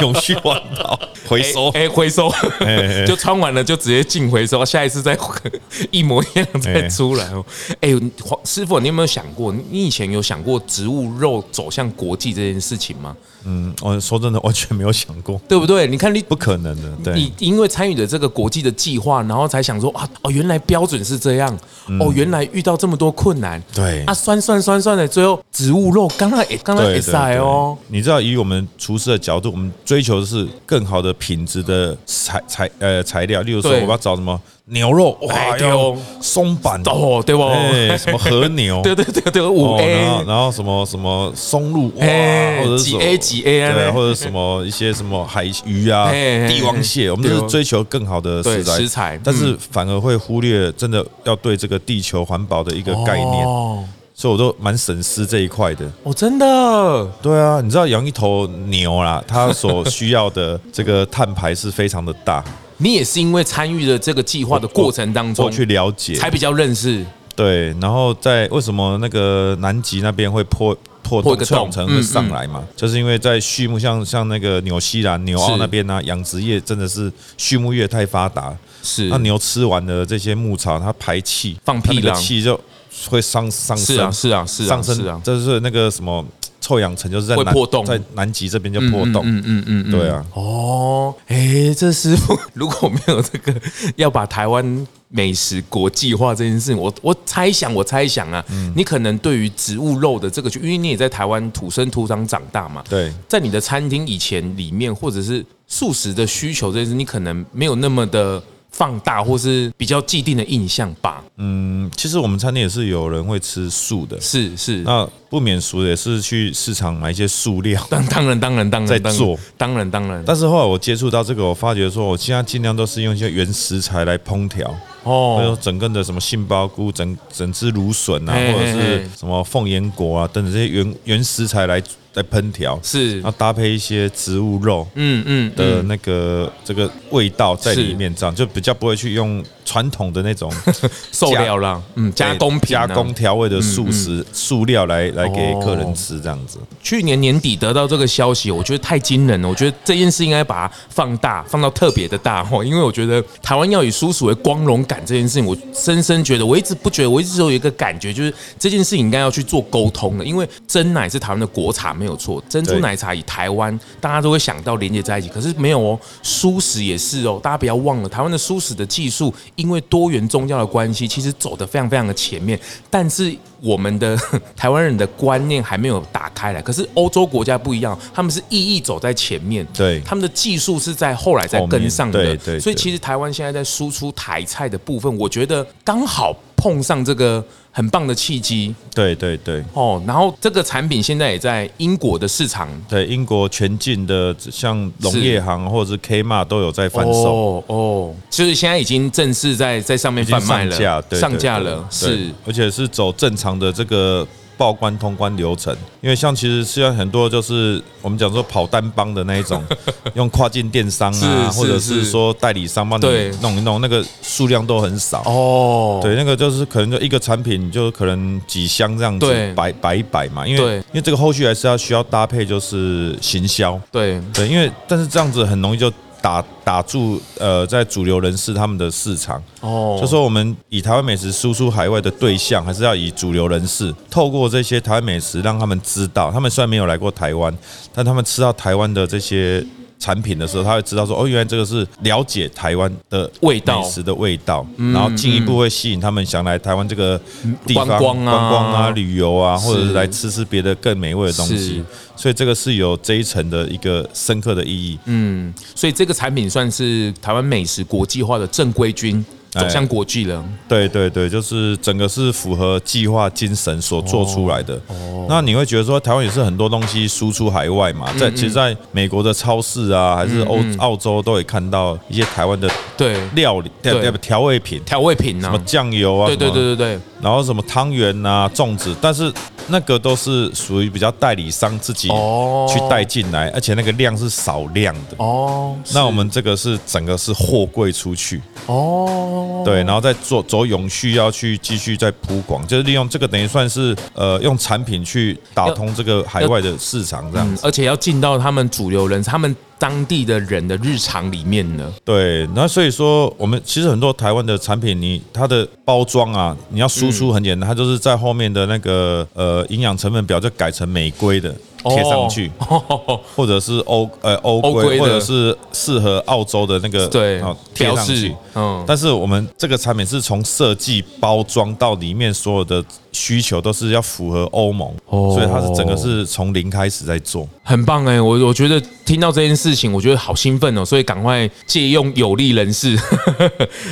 C: 永续环保回收？
A: 哎、哎回收，
C: 哎
A: 就穿完了就直接进回收，下一次再 一模一样再出来哦。哎、黄师傅，你有没有想过，你以前有想过植物肉走向国际这件事情吗？
C: 嗯，我说真的，完全没有想过，
A: 对不对？你看你
C: 不可能的。对
A: 你，因为参与了这个国际的计划，然后才想说啊，哦，原来标准是这样，哦，原来遇到这么多困难，
C: 嗯对
A: 啊，算算算算的，最后植物肉刚哎刚也刚刚也
C: 对
A: 塞哦，，
C: 对对你知道，以我们厨师的角度，我们追求的是更好的品质的材材呃材料，例如说，
A: 对
C: 我们要找什么牛肉，
A: 哎
C: 哇，
A: 对哦
C: 要松板
A: 哦，对不？
C: 哎，什么和牛，
A: 对对对对，五哎
C: 哦
A: A，、
C: 然后然后什么什么松露，哇，
A: 哎
C: 或者是什么
A: 几 A 几 A 啊
C: 对，或者什么一些什么海鱼啊、
A: 哎哎
C: 帝王蟹，我们
A: 对
C: 就
A: 哦
C: 是追求更好的
A: 对
C: 食材，
A: 食材嗯
C: 但是反而会忽略真的要对这个地球环保的一个概念，
A: 哦
C: 所以我都蛮省思这一块的。
A: 哦，真的，
C: 对啊，你知道养一头牛啦，它所需要的这个碳排是非常的 大。
A: 你也是因为参与了这个计划的过程当中
C: 我去了解，
A: 才比较认识
C: 对，然后在为什么那个南极那边会破
A: 破
C: 破洞
A: 一个
C: 臭
A: 洞嗯
C: 氧层会上来嘛？就是因为在畜牧，像像那个纽西兰、纽澳那边啊，养殖业真的是畜牧业太发达，
A: 是
C: 那牛吃完了这些牧草，它排气
A: 放屁
C: 它那个
A: 啦
C: 气就会上上升，
A: 是啊是啊是啊
C: 上
A: 是
C: 升
A: 啊，
C: 就是那个什么臭氧层，就是在
A: 会
C: 南
A: 破洞
C: 在南极这边就破洞，
A: 嗯嗯嗯嗯，
C: 对啊。
A: 哦，哎，这师傅 如果没有这个，要把台湾美食国际化这件事情，我我猜想，我猜想啊，
C: 嗯
A: 你可能对于植物肉的这个，因为你也在台湾土生土长长大嘛，
C: 对
A: 在你的餐厅以前里面，或者是素食的需求这件事，你可能没有那么的放大，或是比较既定的印象吧？
C: 其实我们餐厅也是有人会吃素的，
A: 是是，
C: 那不免俗的也是去市场买一些素料。
A: 当当然当然当然
C: 在
A: 当然
C: 做
A: 当然当然
C: 但是后来我接触到这个，我发觉说，我现在尽量都是用一些原食材来烹调，还有
A: 哦，
C: 整个的什么杏鲍菇、整整只芦笋啊，
A: 嘿嘿
C: 或者
A: 嘿
C: 是什么凤眼果啊等等这些原原食材来在烹调，
A: 是
C: 要搭配一些植物肉
A: 嗯嗯
C: 的
A: 嗯，
C: 那个这个味道在
A: 是
C: 里面，这样就比较不会去用传统的那种
A: 受料啦，嗯，加工品啊嗯
C: 加工调味的素食素料来来给客人吃这样子。
A: 去年年底得到这个消息，我觉得太惊人了。我觉得这件事应该把它放大，放到特别的大哦， 因为我觉得台湾要以叔叔为光荣感这件事情，我深深觉得，我一直不觉得，我一直有一个感觉，就是这件事情应该要去做沟通的。因为真奶是台湾的国茶，没有错，珍珠
C: 对
A: 奶茶以台湾大家都会想到连接在一起，可是没有哦，素食也是哦，大家不要忘了，台湾的素食的技术因为多元宗教的关系，其实走得非常非常的前面，但是我们的 台湾人的观念还没有打开来。可是欧洲国家不一样，他们是意义走在前面，
C: 对
A: 他们的技术是在后来才跟上的，
C: 后面对对
A: 所以
C: 对
A: 其实台湾现在在输出台菜的部分，我觉得刚好碰上这个很棒的契机
C: 对对对
A: 哦。然后这个产品现在也在英国的市场
C: 对，英国全境的像农业行或者是 K 码都有在贩售。
A: 哦哦，就是现在已经正式在在上面
C: 已经
A: 贩卖
C: 上
A: 了，
C: 架，对
A: 上
C: 对
A: 架
C: 对
A: 了，
C: 对
A: 是
C: 而且是走正常的这个报关通关流程。因为像其实现在很多就是我们讲说跑单帮的那 一种，用跨境电商啊，
A: 是是
C: 或者是
A: 是
C: 说代理商帮你
A: 对
C: 弄一弄，那个数量都很少。
A: 哦，
C: 对，那个就是可能就一个产品就可能几箱这样
A: 对
C: 子摆摆一摆嘛，因
A: 对
C: 为因为这个后续还是要需要搭配就是行销，
A: 对
C: 对，因为但是这样子很容易就打打住呃在主流人士他们的市场，
A: 哦，
C: 就说我们以台湾美食输出海外的对象，还是要以主流人士，透过这些台湾美食让他们知道，他们虽然没有来过台湾，但他们吃到台湾的这些。产品的时候，他会知道说，哦，原来这个是了解台湾的
A: 味道
C: 美食的味道，然后进一步会吸引他们想来台湾这个地方
A: 观光啊
C: 观光啊、旅游啊，或者
A: 是
C: 是来吃吃别的更美味的东
A: 是
C: 西。所以这个是有这一层的一个深刻的意义。
A: 所以这个产品算是台湾美食国际化的正规军，
C: 哎
A: 走向国际了。
C: 对对对，就是整个是符合计划精神所做出来的。
A: 哦
C: 那你会觉得说，台湾也是很多东西输出海外嘛，
A: 嗯
C: 在其实在美国的超市啊，还是欧澳洲都会看到一些台湾的
A: 对，
C: 料理调
A: 对
C: 调调味品，
A: 调味品
C: 什么
A: 啊，
C: 酱油啊，
A: 对对
C: 什么
A: 对对对，
C: 然后什么汤圆啊、粽子，但是那个都是属于比较代理商自己
A: 哦
C: 去带进来，而且那个量是少量的。
A: 哦，
C: 那
A: 是
C: 我们这个是整个是货柜出去，
A: 哦，
C: 对，然后再做走永续，要去继续再铺广，就是利用这个等于算是呃用产品去打通这个海外的市场这样
A: 嗯
C: 子。
A: 而且要进到他们主流人、他们当地的人的日常里面呢。
C: 对，那所以说我们其实很多台湾的产品，你它的包装啊，你要输出很简单，它就是在后面的那个呃营养成分表就改成玫瑰的贴上去。
A: 嗯哦，
C: 或者是欧呃欧
A: 欧规
C: 规，
A: 的
C: 或者是适合澳洲的那个
A: 对
C: 哦贴上
A: 标
C: 去
A: 志，嗯
C: 但是我们这个产品是从设计、包装到里面所有的需求都是要符合欧盟，
A: 哦
C: 所以它是整个是从零开始在做。
A: 很棒哎、我我觉得听到这件事情，我觉得好兴奋哦，所以赶快借用有利人士，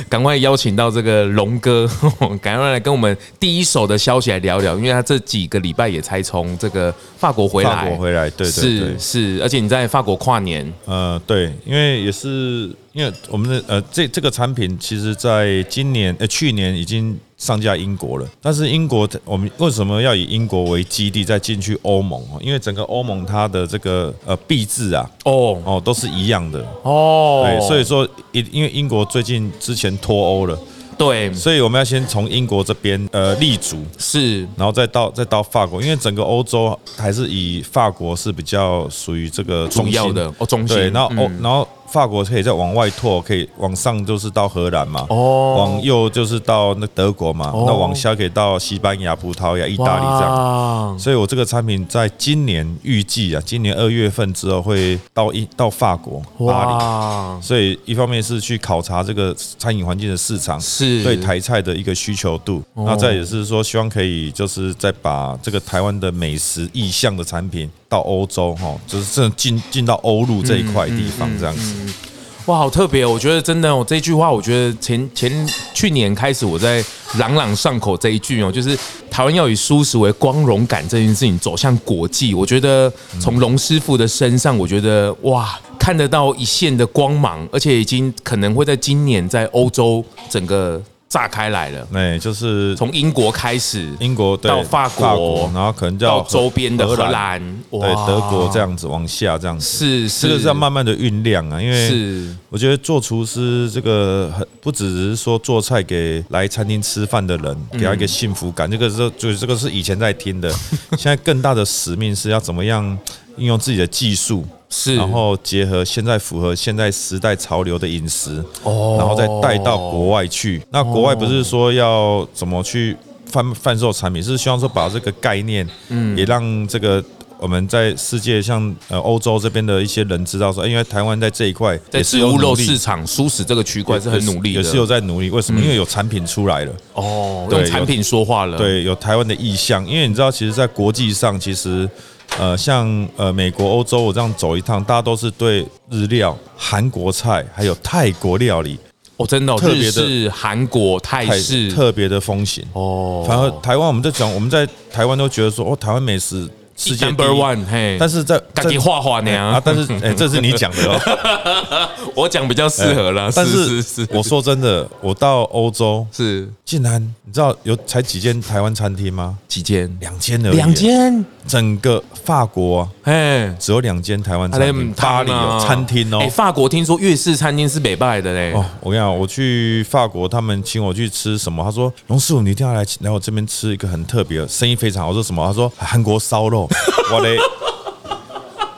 A: 赶快邀请到这个龙哥， 赶快来跟我们第一手的消息来聊聊，因为他这几个礼拜也才从这个法国回来，
C: 法国回来，对对对
A: 是，是，而且你在法国跨年，
C: 呃，对，因为也是因为我们的呃这这个产品，其实在今年呃去年已经上架英国了，但是英国我们为什么要以英国为基地再进去欧盟？哦因为整个欧盟它的这个呃币制啊，
A: 哦
C: 哦都是一样的，
A: 哦，
C: 对，所以说因因为英国最近之前脱欧了，
A: 对
C: 所以我们要先从英国这边呃立足，
A: 是
C: 然后再到再到法国，因为整个欧洲还是以法国是比较属于这个中
A: 主
C: 心
A: 要的哦中心
C: 对，然后欧、然后法国可以再往外拓，可以往上就是到荷兰嘛，
A: 哦
C: 往右就是到那德国嘛，
A: 哦
C: 那往下可以到西班牙、葡萄牙、意大利这样。
A: 样，
C: 所以，我这个产品在今年预计啊，今年二月份之后会到一到法国巴黎。
A: 哇，
C: 所以一方面是去考察这个餐饮环境的市场，
A: 是哦
C: 对台菜的一个需求度。那再也是说，希望可以就是再把这个台湾的美食意向的产品到欧洲哈，就是这进进到欧陆这一块地方这样子。
A: 嗯哇，好特别哦！我觉得真的哦，这句话我觉得前前去年开始我在朗朗上口这一句哦，就是台湾要以舒适为光荣感这件事情走向国际。我觉得从龙师傅的身上，我觉得哇，看得到一线的光芒，而且已经可能会在今年在欧洲整个。炸开来了，
C: 哎，就是
A: 从英国开始，
C: 英国
A: 嗯
C: 对
A: 到法国
C: 然后可能
A: 到
C: 叫
A: 周边的荷
C: 兰，
A: 兰，
C: 对
A: 哇
C: 德国这样子往下这样子，
A: 是
C: 这
A: 是
C: 个是要慢慢的酝酿啊，因为
A: 是
C: 我觉得做厨师这个很不只是说做菜给来餐厅吃饭的人，给他一个幸福感，这个是就这个是以前在听的，现在更大的使命是要怎么样应用自己的技术，
A: 是，
C: 然后结合现在符合现在时代潮流的饮食，
A: 哦
C: 然后再带到国外去。那国外不是说要怎么去贩贩售产品，是希望说把这个概念，
A: 嗯
C: 也让这个。呃我们在世界像呃欧洲这边的一些人知道说，哎因为台湾在这一块
A: 在
C: 也是
A: 植
C: 有
A: 物
C: 努
A: 肉
C: 力
A: 市场舒适这个区块是很努力的，嗯
C: 也是有在努力。为什么？因为有产品出来了，
A: 哦，
C: 对
A: 用产品说话了，，
C: 对，有台湾的意向，因为你知道，其实，在国际上，其实，呃，像呃美国、欧洲，我这样走一趟，大家都是对日料、韩国菜还有泰国料理
A: 哦，真的哦
C: 特别
A: 日
C: 的
A: 式、韩国、泰
C: 太
A: 式，
C: 特别的风行。
A: 哎哦，
C: 反而台湾，我们在讲，我们在台湾都觉得说，哦，台湾美食世界第
A: number
C: 一，
A: one，嘿，
C: 但是在
A: 自己画画呢
C: 啊，但是哎，这是你讲的哦。
A: 我讲比较适合了，
C: 哎但
A: 是
C: 是
A: 是
C: 我说真的，我到欧洲，
A: 是
C: 竟然你知道有才几间台湾餐厅吗？
A: 几间，
C: 两间而已，
A: 两，间，
C: 整个法国啊，
A: 嘿。
C: 只有两间台湾餐厅，
A: 他
C: 巴
A: 们
C: 黎有餐厅哦
A: 哎，。法国听说粤式餐厅是北拜的嘞。
C: 哦，我跟你讲，我去法国，他们请我去吃什么？他说：“龙师傅，你一定要来来我这边吃一个很特别的，生意非常好。”我说什么？他说：“韩国 烧肉。”我嘞，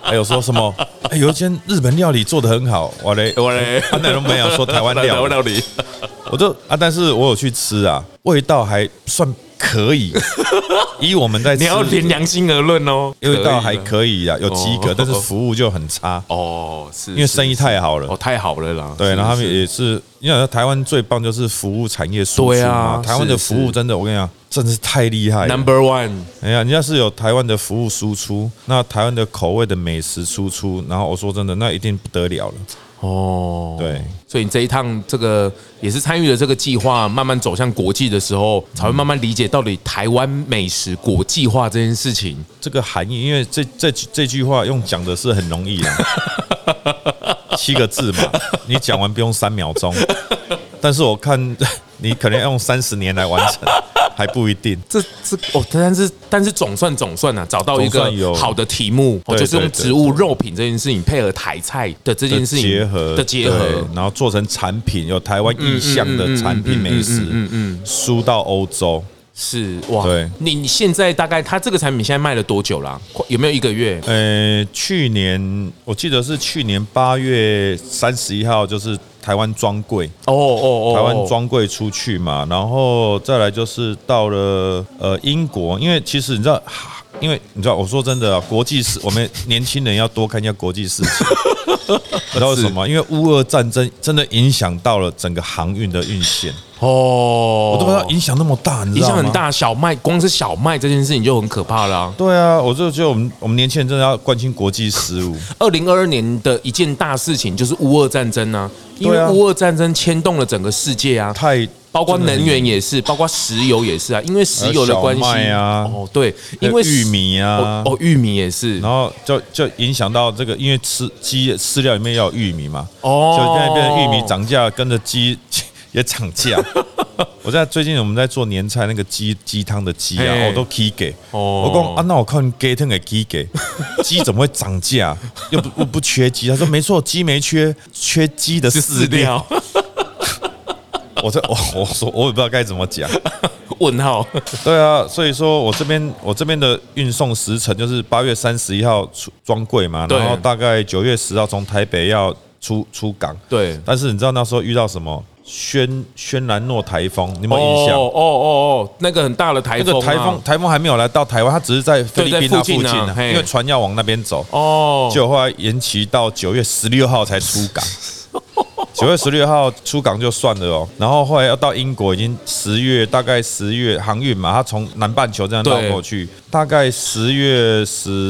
C: 还有说什么？哎，有一间日本料理做的很好。我嘞，
A: 哎我嘞
C: 啊，那都没有说 台湾
A: 台
C: 料
A: 湾
C: 理，
A: 料理，
C: 我就啊，但是我有去吃啊，味道还算 可以。以我们在吃
A: 你，要凭良心而论哦，
C: 味道还
A: 以
C: 可以啊，有及格
A: 哦，
C: 但是服务就很差，
A: 的哦，是
C: 因为生意
A: 是
C: 太好了
A: 哦。太好了啦。
C: 对，
A: 是
C: 然后他们
A: 是
C: 也是，因为台湾最棒就是服务产业输
A: 对
C: 出
A: 啊
C: 嘛，台湾的
A: 是
C: 服务
A: 是
C: 真的，我跟你讲，真的是太厉害了。
A: number one
C: 哎呀，人家是有台湾的服务输出，那台湾的口味的美食输出，然后我说真的，那一定不得了了。
A: 哦，
C: 对，
A: 所以你这一趟这个也是参与了这个计划，慢慢走向国际的时候，才会慢慢理解到底台湾美食国际化这件事情。
C: 这个含义，因为这这这句话用讲的是很容易的，七个字嘛，你讲完不用三秒钟， 但是我看 你可能要用三十年来完成，还不一定。
A: 这这哦，但是但是总算总算啊，找到一
C: 总
A: 个
C: 算有
A: 好的题目，哦，
C: 对
A: 就是用
C: 对对
A: 植物肉品这件事情配合台菜的这件
C: 的
A: 事情
C: 结合
A: 的结合
C: 对，然后做成产品，有台湾意向的产品美
A: 嗯
C: 食，输到欧洲。
A: 是哇
C: 对。
A: 你你现在大概它这个产品现在卖了多久啦？快有没有一个月？
C: 呃，去年我记得是去年八月三十一号，就是台湾专柜，
A: 哦哦哦，
C: 台湾专柜出去嘛，然后再来就是到了呃英国，因为其实你知道。哈因为你知道，我说真的啊，国际事，我们年轻人要多看一下国际事情。 你知道为什么？因为乌俄战争真的影响到了整个航运的运线。
A: 哦，
C: 我都不知道影响那么大，你知
A: 影
C: 道吗
A: 响很。大，小麦光是小麦这件事情就很可怕啦、
C: 对啊，我就觉得我们我们年轻人真的要关心国际事 务。
A: 二零二二年的一件大事情就是乌俄战争啊，因
C: 对
A: 为
C: 啊
A: 乌俄战争牵动了整个世界啊，
C: 太
A: 包括能源也是，包括石油也是啊，因为石油的关系
C: 还呃有小麦啊
A: 哦对，因
C: 因
A: 为
C: 为玉米啊
A: 哦，哦玉米也是
C: 然后就就影响到这个，因为吃鸡饲料里面要有玉米嘛，
A: 哦
C: 就现在变成玉米涨价，跟着鸡 也涨价。 我在最近我们在做年菜那个鸡鸡汤的鸡啊，
A: 嘿
C: 我都 K 给，
A: 哦
C: 我讲啊，那我看鸡汤给 K 给，鸡怎么会涨价？又不又不缺鸡？他说没错，鸡没缺，缺鸡的
A: 是饲
C: 饲料。
A: 料
C: 我这我我说我也不知道该怎么讲。
A: 问 号
C: 对啊，所以说我这边我这边的运送时程就是八月三十一号出装柜嘛，
A: 对
C: 然后大概九月十号从台北要出出港。
A: 对
C: 但是你知道那时候遇到什么轩轩兰诺台风，你有没有印象？
A: 哦哦哦，那个很大的台
C: 那
A: 风、啊，
C: 个台风台风还没有来到台湾，它只是在菲律宾
A: 对
C: 那
A: 在附
C: 附
A: 近
C: 近
A: 啊
C: 啊，
A: 嘿
C: 因为船要往那边走，
A: 哦，
C: 就后来延期到九月十六号才出 港。九月十六号出港就算了哦，然后后来要到英国，已经十月大概十月航运嘛，它从南半球这样绕
A: 对
C: 过去，大概十月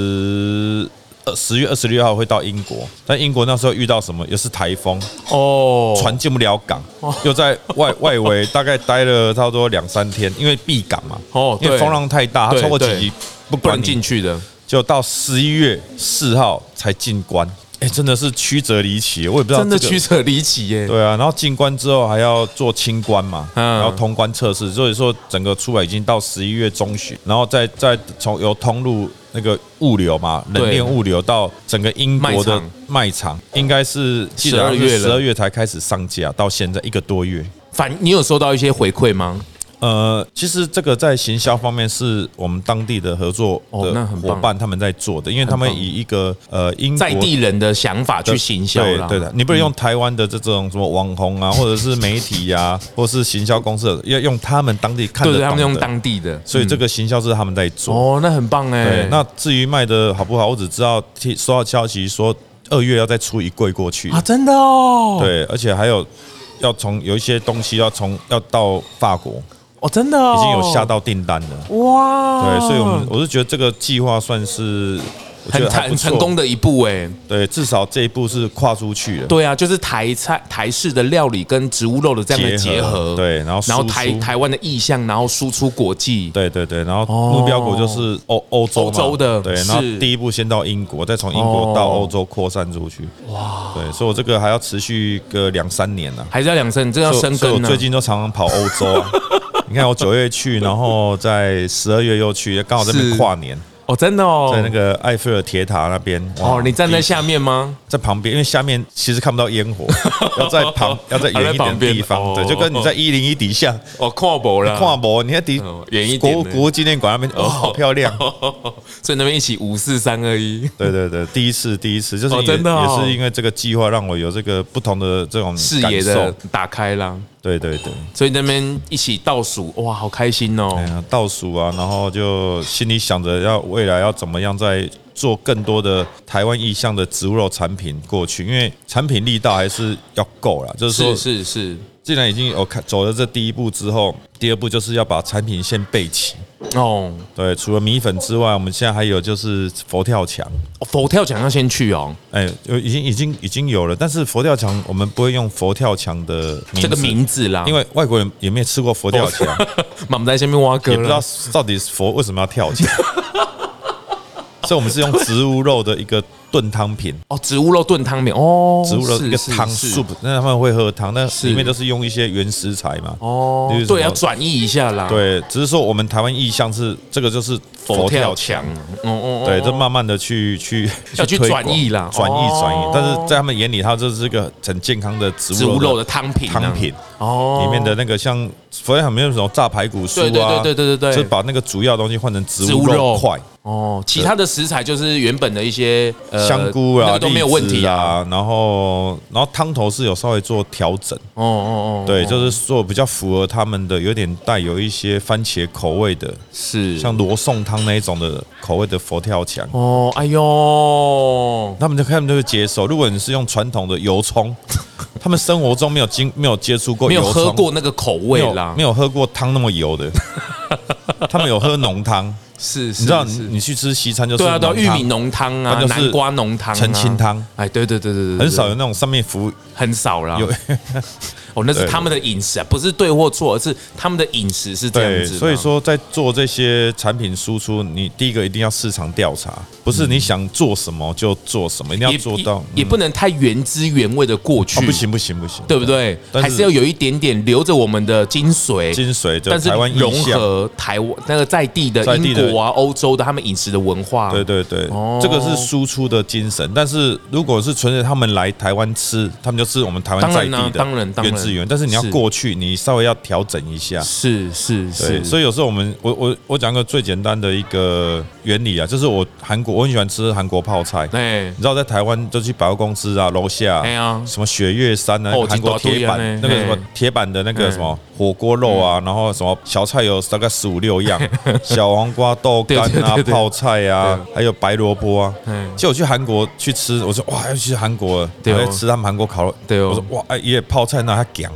C: 十呃十月二十六号会到英国，但英国那时候遇到什么也是台风，
A: 哦
C: 船进不了港，又在外 外围大概待了差不多两三天，因为避港嘛，
A: 哦
C: 因为
A: 对
C: 风浪太大，它
A: 对
C: 超过几
A: 对
C: 级不
A: 不
C: 管
A: 能
C: 你
A: 进去的
C: 就到十一月四号才进关。哎，真的是曲折离奇，我也不知道
A: 真的
C: 啊这个
A: 曲折离奇耶。
C: 对啊，然后进关之后还要做清关嘛，
A: 嗯
C: 然后通关测试，所以说整个出来已经到十一月中旬，然后再再从由通路那个物流嘛，
A: 对
C: 冷链物流到整个英国
A: 卖
C: 的
A: 场
C: 卖场，应该是记得
A: 12月了
C: 十二月才开始上架，到现在一个多月。
A: 反你有收到一些回馈吗？
C: 呃，其实这个在行销方面是我们当地的合作
A: 哦那
C: 的
A: 很棒
C: 伙伴他们在做的，因为他们
A: 很棒
C: 以一个呃英国
A: 在地人的想法去
C: 的
A: 行销
C: 对
A: 啦。
C: 对的，你不能用台湾的这种什么网红啊，或者是媒体呀、或是行销公司的，要用他们当地看
A: 对
C: 得
A: 对，他
C: 懂
A: 们
C: 的。
A: 用当地的，
C: 所以这个行销是他们在做。
A: 哦，那很棒哎
C: 对，。那至于卖的好不好，我只知道听收到消息说二月要再出一柜过去
A: 啊，，真的哦，，
C: 对，而且还有要从有一些东西要从要到法国，已
A: 哦，真的哦，
C: 经有下到订单了。
A: 哇，
C: 对，所以我们我是觉得这个计划算是我觉
A: 很
C: 得还
A: 成
C: 不错
A: 成功。的一步哎。
C: 对，至少这一步是跨出去了。
A: 对啊，就是台菜台式的料理跟植物肉的这样的结
C: 结合
A: 合，
C: 对然后
A: 然后
C: 输出
A: 台台湾的意向，然后输出国际，
C: 对对对，然后目标国就是欧欧洲嘛
A: 哦欧洲的
C: 对，然后
A: 是
C: 第一步先到英国，再从英国到欧洲扩散出去。
A: 哦
C: 哇，对，所以我这个还要持续个两三年呢、啊。
A: 还是要两生，这要啊
C: 所以
A: 生
C: 所以我
A: 根呢
C: 最。近都常常跑欧洲 啊。你看我九月去，然后在十二月又去，刚好在那边
A: 是
C: 跨年，
A: 哦，真的哦，
C: 在那个埃菲尔铁塔那边。哇
A: 哦，你站在下面吗？
C: 在旁边，因为下面其实看不到烟 火，要在旁要在远一点的地
A: 哦
C: 方，对，就跟你在一零一底下
A: 哦， 跨博啦，
C: 跨博，你在底
A: 哦远一点
C: 国
A: 的
C: 国纪念馆那边，哦，好 漂亮。
A: 所以那边一起五四三二一，
C: 对对对，第一次第一次，就是
A: 哦
C: 也、
A: 真的哦
C: 也是因为这个计划让我有这个不同的这种
A: 视野
C: 感
A: 的哦
C: 受。
A: 打开啦。
C: 对对对，
A: 所以那边一起倒数，哇，好开心哦
C: 哎！呀，倒数啊，然后就心里想着要未来要怎么样再做更多的台湾意向的植物肉产品过去，因为产品力道还是要够啦。就是说，
A: 是是是，
C: 既然已经有看走了这第一步之后，第二步就是要把产品线备齐。
A: 哦，
C: 对，除了米粉之外，我们现在还有就是佛跳墙。
A: 哦佛跳墙要先去哦，
C: 哎，有已经已经已经有了，但是佛跳墙我们不会用佛跳墙的
A: 这个
C: 字
A: 名字啦，
C: 因为外国人也没有吃过佛跳墙，
A: 满在下面挖哥
C: 也不知道
A: 了，
C: 到底是佛为什么要跳 墙，所以我们是用植物肉的一个炖汤品，
A: 哦，植物肉炖汤面哦，
C: 植物肉一个
A: 是是
C: 汤
A: 是
C: soup，那他们会喝汤，那
A: 是
C: 里面都是用一些原食材嘛。
A: 哦
C: 例如，什么
A: 对，要转移一下啦，，
C: 对，只是说我们台湾意向是这个就是佛
A: 啊佛
C: 跳
A: 跳
C: 墙
A: 墙，，哦哦，哦
C: 对，就慢慢的去 去
A: 要去
C: 推广
A: 转译啦
C: 转
A: 哦
C: 移转移，但是在他们眼里，它这是一个很健康的植
A: 植
C: 物
A: 物肉
C: 肉
A: 的
C: 的
A: 汤品啊
C: 汤品。
A: 哦，
C: 里面的那个像佛跳墙没有什么炸排骨酥
A: 对
C: 啊，
A: 对对对对对对
C: 就把那个主要东西换成植
A: 植
C: 物
A: 物
C: 肉
A: 肉
C: 块，
A: 哦，其他的食材就是原本的一些呃
C: 香菇啊
A: 那个都没有问
C: 栗
A: 题
C: 子
A: 啊，
C: 啊，然后然后汤头是有稍微做调整，
A: 哦哦哦，
C: 对，
A: 哦
C: 就是做比较符合他们的，有点带有一些番茄口味的，
A: 是
C: 像罗宋汤那一种的口味的佛跳墙。
A: 哦，哎呦，
C: 他们就他们就会接受。如果你是用传统的油葱，他们生活中没有经没有接触过
A: 没有
C: 油葱，
A: 喝过那个口味
C: 没有
A: 啦，
C: 没有喝过汤那么 油的，他们有喝浓汤。
A: 是，是
C: 你知道，你
A: 是
C: 你去吃西餐就是
A: 对啊，对啊，
C: 浓
A: 玉
C: 汤
A: 米，浓汤啊，
C: 那就是
A: 南瓜浓汤、啊、
C: 澄清汤，
A: 哎，对对对对对，对
C: 很少有那种上面浮
A: 很少啦。
C: 有。
A: 哦，那是
C: 对
A: 他们的饮食啊，不是对或错，而是他们的饮食是这
C: 对，
A: 样子嘛。
C: 所以说在做这些产品输出，你第一个一定要市场调查，不是你想做什么就做什么，一定
A: 也
C: 要做到。
A: 也也
C: 嗯
A: 不能太原汁原味的过去，
C: 哦不，行不行不行，
A: 对不对？
C: 但
A: 还
C: 是
A: 是要有一点点留着我们的精髓。
C: 精髓就
A: 但是
C: 台湾意
A: 融
C: 象
A: 合台湾那个在地的
C: 在地
A: 英
C: 的
A: 国啊、欧洲的他们饮食的文化，
C: 对对对，
A: 哦
C: 这个是输出的精神。但是如果是纯粹他们来台湾吃，他们就吃我们台湾
A: 当
C: 在
A: 然
C: 地
A: 啊
C: 的
A: 当然当然
C: 原汁原味。但是你要
A: 是
C: 过去，你稍微要调整一下。
A: 是是
C: 对，
A: 是，
C: 所以有时候我们，我我我讲个最简单的一个原理啊，就是我韩国我很喜欢吃韩国泡菜，
A: 哎
C: 你知道在台湾就去百货公司啊，楼下
A: 哎呀
C: 什么雪月山啊
A: 哦，
C: 韩国铁板
A: 很
C: 那
A: 大堆啊
C: 个什么
A: 嘿
C: 铁板的那个
A: 嗯
C: 什么火锅肉啊，然后什么小菜有大概十五 六样，小黄瓜、豆干
A: 对对
C: 啊
A: 对、对
C: 泡菜啊，还有白萝卜啊
A: 嗯。
C: 结果去韩国去吃，我说哇，要去韩国了，
A: 对哦
C: 我在吃他们韩国烤肉，
A: 对哦
C: 我说哇，哎，也泡菜那还 咸，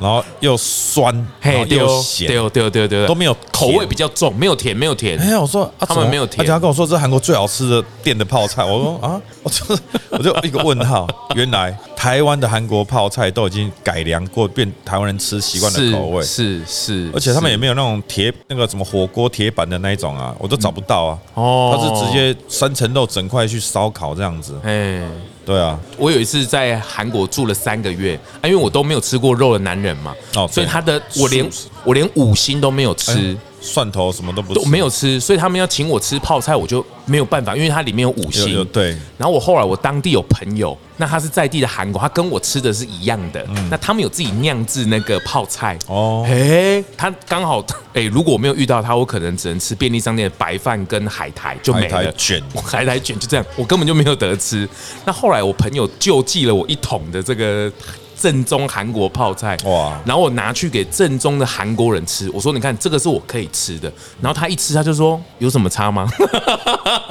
C: 然后又酸，然后
A: 嘿对
C: 又
A: 哦
C: 咸
A: 对，哦对哦对哦对哦，
C: 都没有
A: 口味
C: 甜
A: 比较重，没有甜没有甜，
C: 哎，我说啊，
A: 他们
C: 怎么
A: 没有
C: 而
A: 甜
C: 且他跟我说 这是韩国最好吃的店的泡菜，我说啊，我就我就一个问号，原来 台湾的韩国泡菜都已经改良过，变台湾人吃习惯的口味，
A: 是是，
C: 而且他们也
A: 是
C: 没有那种铁那个什么火锅铁板的那一种啊，我都找不到啊。
A: 哦
C: 它是直接三层肉整块去烧烤这样子。
A: 哎。
C: 对啊，
A: 我有一次在韩国住了三个月，啊，因为我都没有吃过肉的男人嘛，
C: 哦
A: 所以
C: 对
A: 他的我连
C: 素食哎
A: 我连五星都没有吃，
C: 蒜头什么都不
A: 都
C: 吃
A: 没有吃，所以他们要请我吃泡菜，我就没有办法，因为它里面有五
C: 有有
A: 星。
C: 对，
A: 然后我后来我当地有朋友，那他是在地的韩国，他跟我吃的是一样的，那他们有自己酿制那个泡菜。
C: 嗯哦
A: 哎、他刚好哎、如果我没有遇到他，我可能只能吃便利商店的白饭跟海苔就没
C: 海苔
A: 了。
C: 卷
A: 我海苔卷就这样，我根本就没有得吃。那后来我朋友救济了我一桶的这个正宗韩国泡菜，
C: 哇
A: 然后我拿去给正宗的韩国人吃，我说你看这个是我可以吃的，然后他一吃他就说有什么差吗？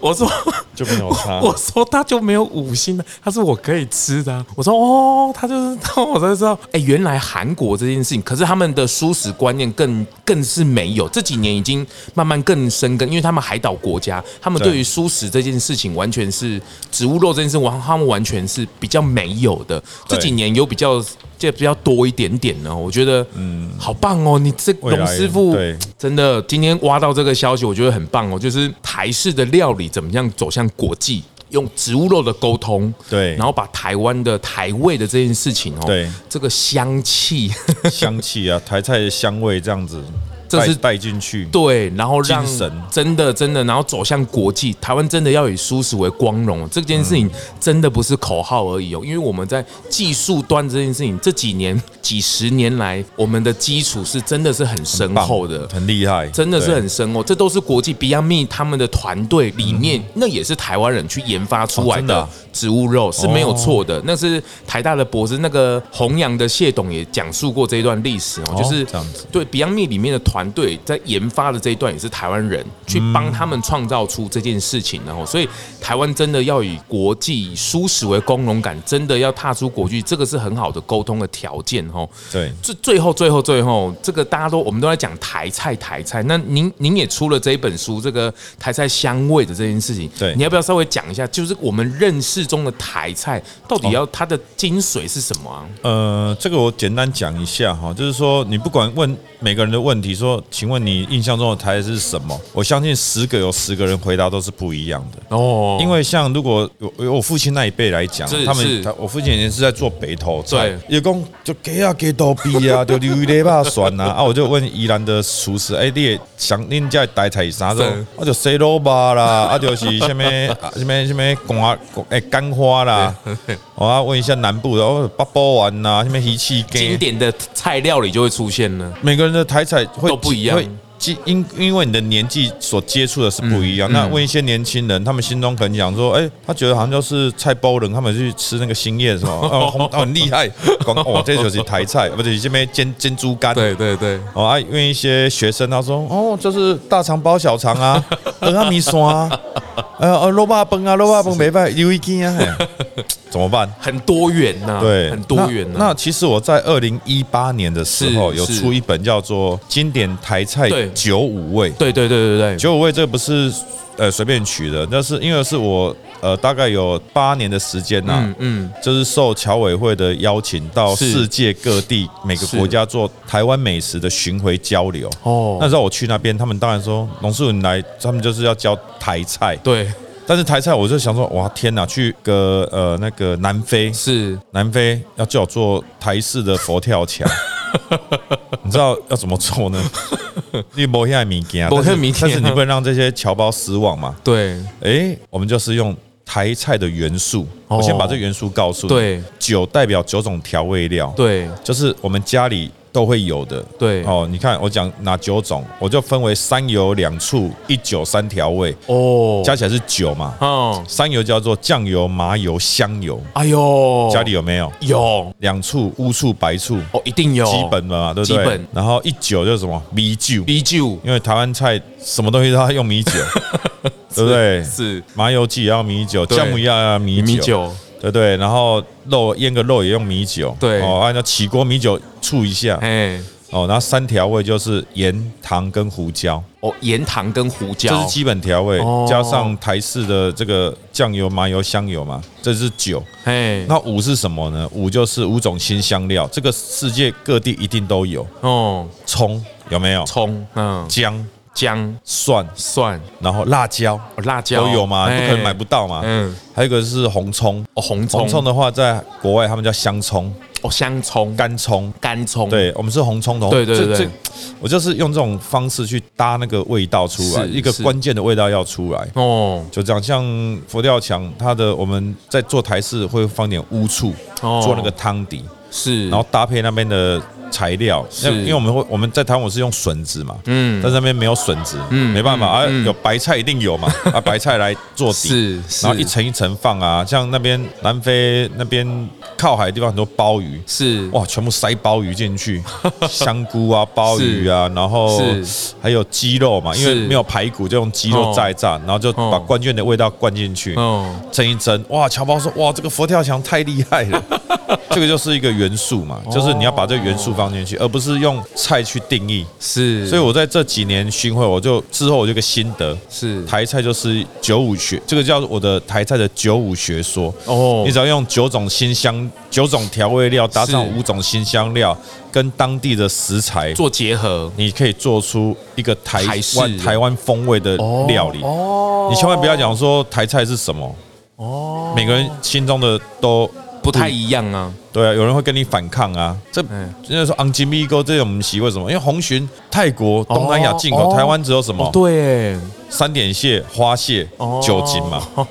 A: 我说
C: 就没有差
A: 我说他就没有五星的，他是我可以吃的啊、我说哦，他就是， 我才知道，哎，原来韩国这件事情，可是他们的舒适观念更更是没有，这几年已经慢慢更生根，因为他们海岛国家，他们
C: 对
A: 对于舒适这件事情完全是植物肉这件事，完他们完全是比较没有的。这
C: 对
A: 几年有比较。这比较多一点点呢，我觉得，嗯，好棒哦！你这
C: 未来
A: 龙师傅
C: 对
A: 真的今天挖到这个消息，我觉得很棒哦，就是台式的料理怎么样走向国际。用植物肉的沟通，
C: 对
A: 然后把台湾的台味的这件事情哦，
C: 对
A: 这个香 气，
C: 香气啊，台菜的香味这样子，
A: 这
C: 带
A: 是
C: 带进去。
A: 对，然后让
C: 精神
A: 真的真的，然后走向国际，台湾真的要以舒适为光荣，这件
C: 嗯
A: 事情真的不是口号而已哦，因为我们在技术端这件事情，这几年几十年来，我们的基础是真的是很深
C: 棒
A: 厚的，
C: 很厉害，
A: 真的是
C: 对
A: 很深哦，这都是国际 Beyond Meat 他们的团队里面，那也是台湾人去研发出
C: 哦
A: 来
C: 真的哦
A: 的
C: 啊
A: 植物肉是没有错的。那是台大的博士，那个弘扬的谢董也讲述过这一段历史哦，
C: 哦
A: 就是
C: 这样子
A: 对 Beyond Meat 里面的团队在研发的这一段也是台湾人去帮他们创造出这件事情，然后所以台湾真的要以国际以舒适为光荣感，真的要踏出国际，这个是很好的沟通的条件哦。
C: 对。
A: 最最后最后最后，这个大家都我们都在讲台菜台菜，那您您也出了这一本书，这个台菜香味的这件事情，
C: 对
A: 你要不要稍微讲一下？就是我们认识中的台菜到底要它的精髓是什么啊？
C: 呃，这个我简单讲一下哈，就是说你不管问每个人的问题，说，请问你印象中的台是什么？我相信十个有十个人回答都是不一样的。
A: 哦
C: 因为像如果有有我父亲那一辈来讲
A: 是，
C: 他
A: 是
C: 们他我父亲以前是在做北投菜
A: 对，
C: 也讲就给啊给豆比啊，就溜雷吧酸 呐啊，我就问宜兰的厨师，哎，你的想恁家的台菜是啥种
A: 是？
C: 啊，就西萝卜啦，啊，就是什么 啊什么什么干哎干花啦，我要问一下南部的，哦，八宝丸呐，什么鱼翅
A: 经
C: 羹，
A: 典的菜料理就会出现呢。
C: 每个人的台彩会
A: 都不一样
C: 会基因因为你的年纪所接触的是不
A: 嗯
C: 一样。那问一些年轻人，他们心中可能想说，哎、他觉得好像就是菜包人，他们去吃那个新 叶什么，哦，红哦很厉害，讲哦，这就是台菜，不是这边煎煎猪肝。
A: 对对，
C: 哦啊，因为一些学生他说，哦，就是大肠包小肠啊， 鹅阿米酸啊，呃呃，肉霸崩啊，肉霸崩没办法，有一斤啊，嘿 怎么办？
A: 很多元呐、
C: 对，
A: 啊很多元
C: 那。
A: 呐、
C: 那其实我在二零一八年的时候
A: 是
C: 有
A: 是
C: 出一本叫做《经典台菜
A: 对
C: 九五味》，
A: 对对对对对，
C: 九五味这不是呃随便取的，那是因为是我呃大概有八年的时间呐、
A: 嗯嗯，
C: 就是受侨委会的邀请，到
A: 是
C: 世界各地每个
A: 是
C: 国家做台湾美食的巡回交流。
A: 哦
C: 那时候我去那边，他们当然说龙树你来，他们就是要教台菜。
A: 对
C: 但是台菜，我就想说，哇天哪，去个呃那个南非，
A: 是
C: 南非要叫我做台式的佛 跳墙，你知道要怎么做呢？你不要米件，
A: 不
C: 但是
A: 会物件
C: 但是你不能让这些侨胞失望嘛。
A: 对
C: 诶，我们就是用台菜的元素，我先把这元素告诉你。
A: 哦对，
C: 酒代表九种调味料，，
A: 对
C: 就是我们家里都会有的。
A: 对
C: 哦，你看我讲哪九种，我就分为三油两醋一酒三调味，
A: 哦，
C: 加起来是九嘛。
A: 哦，
C: 三油叫做酱油、麻油、香油，
A: 哎呦，
C: 家里有没有？
A: 有
C: 两处、乌处、白处，
A: 哦，一定有
C: 基本的嘛，对不
A: 基
C: 对
A: 本？
C: 然后一酒就是什么米酒，
A: 米酒，
C: 因为台湾菜什么东西都要用 米酒，对不对？
A: 是
C: 麻油鸡也要米酒，
A: 对
C: 酵母也要米
A: 米
C: 酒，
A: 酒，
C: 对不对？然后肉腌个肉也用米酒，
A: 对
C: 哦，按照起锅米酒醋一下，
A: 哎，
C: 哦，然后三调味就是盐、糖跟胡椒，
A: 哦，盐糖跟胡
C: 这是
A: 椒，
C: 基本调味
A: 哦，
C: 加上台式的这个酱油、麻油、香油嘛，这是酒。
A: 哎，
C: 那五是什么呢？五就是五种新香料，这个世界各地一定都有。
A: 哦，
C: 葱有没有？
A: 葱，嗯，
C: 姜、
A: 姜、
C: 蒜，
A: 蒜、
C: 然后辣椒
A: 哦辣椒
C: 都有嘛，不可能
A: 哎
C: 买不到嘛。
A: 嗯，
C: 还有一个是红葱，
A: 哦，红葱，
C: 红葱的话，在国外他们叫香葱、
A: 哦，香葱、
C: 干葱。
A: 干葱，，
C: 对，我们是红葱头。
A: 嗯对对
C: 这
A: 对
C: 这我就是用这种方式去搭那个味道出来，
A: 是
C: 一个
A: 是
C: 关键的味道要出来。
A: 哦，
C: 就这样，像佛跳墙，它的我们在做台式会放点乌醋，
A: 哦
C: 做那个汤底，
A: 是，
C: 然后搭配那边的材料。那因为我们会我们在台湾我是用笋子嘛，嗯，但是那边没有笋子，嗯，没办法啊，有白菜一定有 嘛，啊，白菜来做底，
A: 是是
C: 然后一层一层放啊，像那边南非那边靠海的地方很多鲍鱼，
A: 是，
C: 哇，全部塞鲍鱼 进去，香菇啊，鲍鱼啊，然后还有鸡肉嘛，因为
A: 是
C: 没有排骨，就用鸡肉炸一炸，然后就把关键的味道灌进去，
A: 哦，
C: 蒸一蒸。哇，乔包说，哇，这个佛跳墙太厉害 了，这个就是一个元素嘛，就是你要把这个元素放进去，而不是用菜去定义。
A: 是，
C: 所以我在这几年巡回，我就之后我就有一个心得，
A: 是
C: 台菜就是九五学，这个叫我的台菜的九五学说。
A: 哦
C: 你只要用九种新香、九种调味料，搭上
A: 是
C: 五种新香料，跟当地的食材，
A: 做结合，
C: 你可以做出一个台
A: 台式
C: 湾
A: 的
C: 台湾风味的料理。
A: 哦，
C: 你千万不要讲说台菜是什么，哦，每个人心中的都
A: 不太一样啊，
C: 对啊，有人会跟你反抗啊。这
A: 嗯
C: 就是说 a n g i m i g o 这种习为什么？因为红鲟泰国、东南亚进口，
A: 哦
C: 台湾只有什么
A: 哦，对，哦
C: 三点蟹、花蟹、酒精 嘛。
A: 嘛，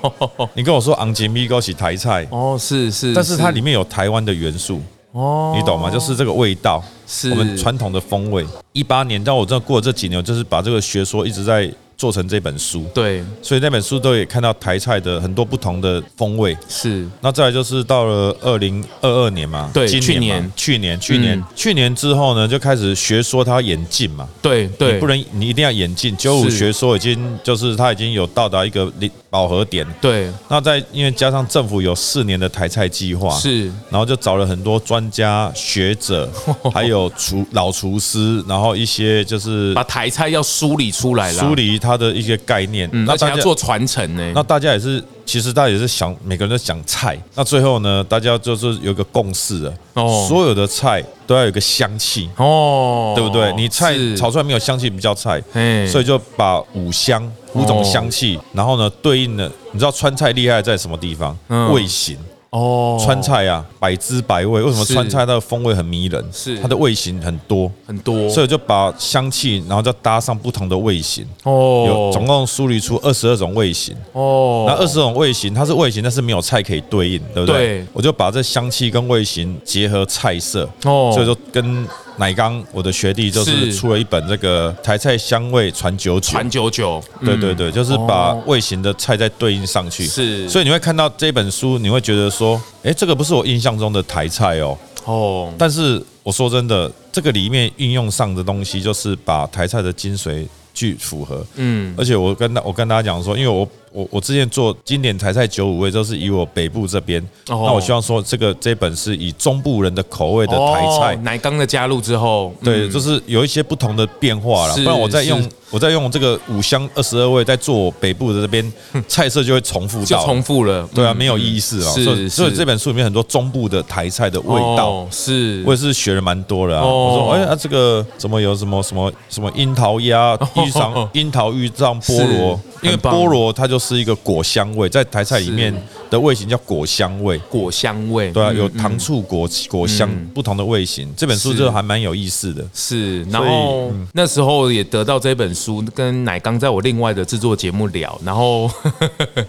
C: 你跟我说 a n g i m i g o 是台菜，
A: 哦，是是，
C: 但是它里面有台湾的元素，
A: 哦
C: 你懂吗？就是这个味道，
A: 是
C: 我们传统的风味。一八年，但我真的过了这几年，我就是把这个学说一直在做成这本书，
A: 对，
C: 所以那本书都也看到台菜的很多不同的风味。
A: 是
C: 那再来就是到了二零二二年嘛，
A: 对
C: 今
A: 去
C: 年
A: 年
C: 嘛去年去年、
A: 嗯
C: 去年之后呢，就开始学说它演进嘛，
A: 对对，
C: 你不能你一定要演进。九五
A: 是
C: 学说已经就是它已经有到达一个临饱和点，
A: 对
C: 那再因为加上政府有四年的台菜计划，
A: 是
C: 然后就找了很多专家学 者，还有厨老厨师，然后一些就是
A: 把台菜要梳理出来了，
C: 梳，理它的一些概念。
A: 嗯，
C: 那
A: 而且
C: 大
A: 要
C: 家
A: 做传承呢，
C: 那大家也是，其实大家也是想每个人都想菜。那最后呢，大家就是有一个共识了，
A: 哦
C: 所有的菜都要有一个香气。
A: 哦，
C: 对不对？你菜
A: 是嗯
C: 炒出来没有香气，不叫菜
A: 嘿，
C: 所以就把五香五种香气，
A: 哦
C: 然后呢对应的，你知道川菜厉害在什么地方
A: 嗯？
C: 味型，
A: 哦，
C: 川菜啊，百滋百味。为什么
A: 是
C: 川菜它的风味很迷人？
A: 是哦
C: 它的味型很多，
A: 很多，
C: 所以就把香气，然后再搭上不同的味型，
A: 哦，
C: 有总共梳理出二十二种味型。
A: 哦，
C: 那二十种味型，它是味型，但是没有菜可以对应，对不对？
A: 对
C: 我就把这香气跟味型结合菜色，
A: 哦
C: 所以说跟奶刚我的学弟就是
A: 是
C: 出了一本这个台菜香味传九九。
A: 传九九，
C: 对
A: 嗯哦
C: 对对，就是把味型的菜再对应上去，
A: 是
C: 所以你会看到这本书，你会觉得说，哎，这个不是我印象中的台菜哦。
A: 哦，
C: 但是我说真的，这个里面运用上的东西，就是把台菜的精髓去符合。
A: 嗯，
C: 而且我跟大我跟大家讲说，因为我我我之前做经典台菜九五味，都是以我北部这边，
A: 哦
C: 那我希望说这个这本是以中部人的口味的台菜
A: 哦，奶缸的加入之后，
C: 对，
A: 嗯
C: 就是有一些不同的变化啦。
A: 是
C: 不然我再用
A: 是
C: 我再用这个五香二十二味再做我北部的 这边菜色就会重复
A: 就
C: 到，
A: 重复了，
C: 对啊，
A: 嗯
C: 没有意思啊。
A: 是
C: 所以所以
A: 是
C: 这本书里面很多中部的台菜的味道。
A: 哦是
C: 我也是学了蛮多的啊。
A: 哦
C: 我说，哎、啊，这个怎么有什么什么什么樱桃鸭、 玉
A: 哦
C: 肠、樱桃玉肠菠萝？
A: 是
C: 因为
A: 很棒
C: 菠萝它就是一个果香味，在台菜里面
A: 是
C: 的味型叫果香味。
A: 果香味，
C: 对啊，
A: 嗯
C: 有
A: 嗯
C: 糖醋果果香不同的味型，这本书
A: 是
C: 就还蛮有意思的。
A: 是，然后那时候也得到这本书，跟奶刚在我另外的制作节目聊，然后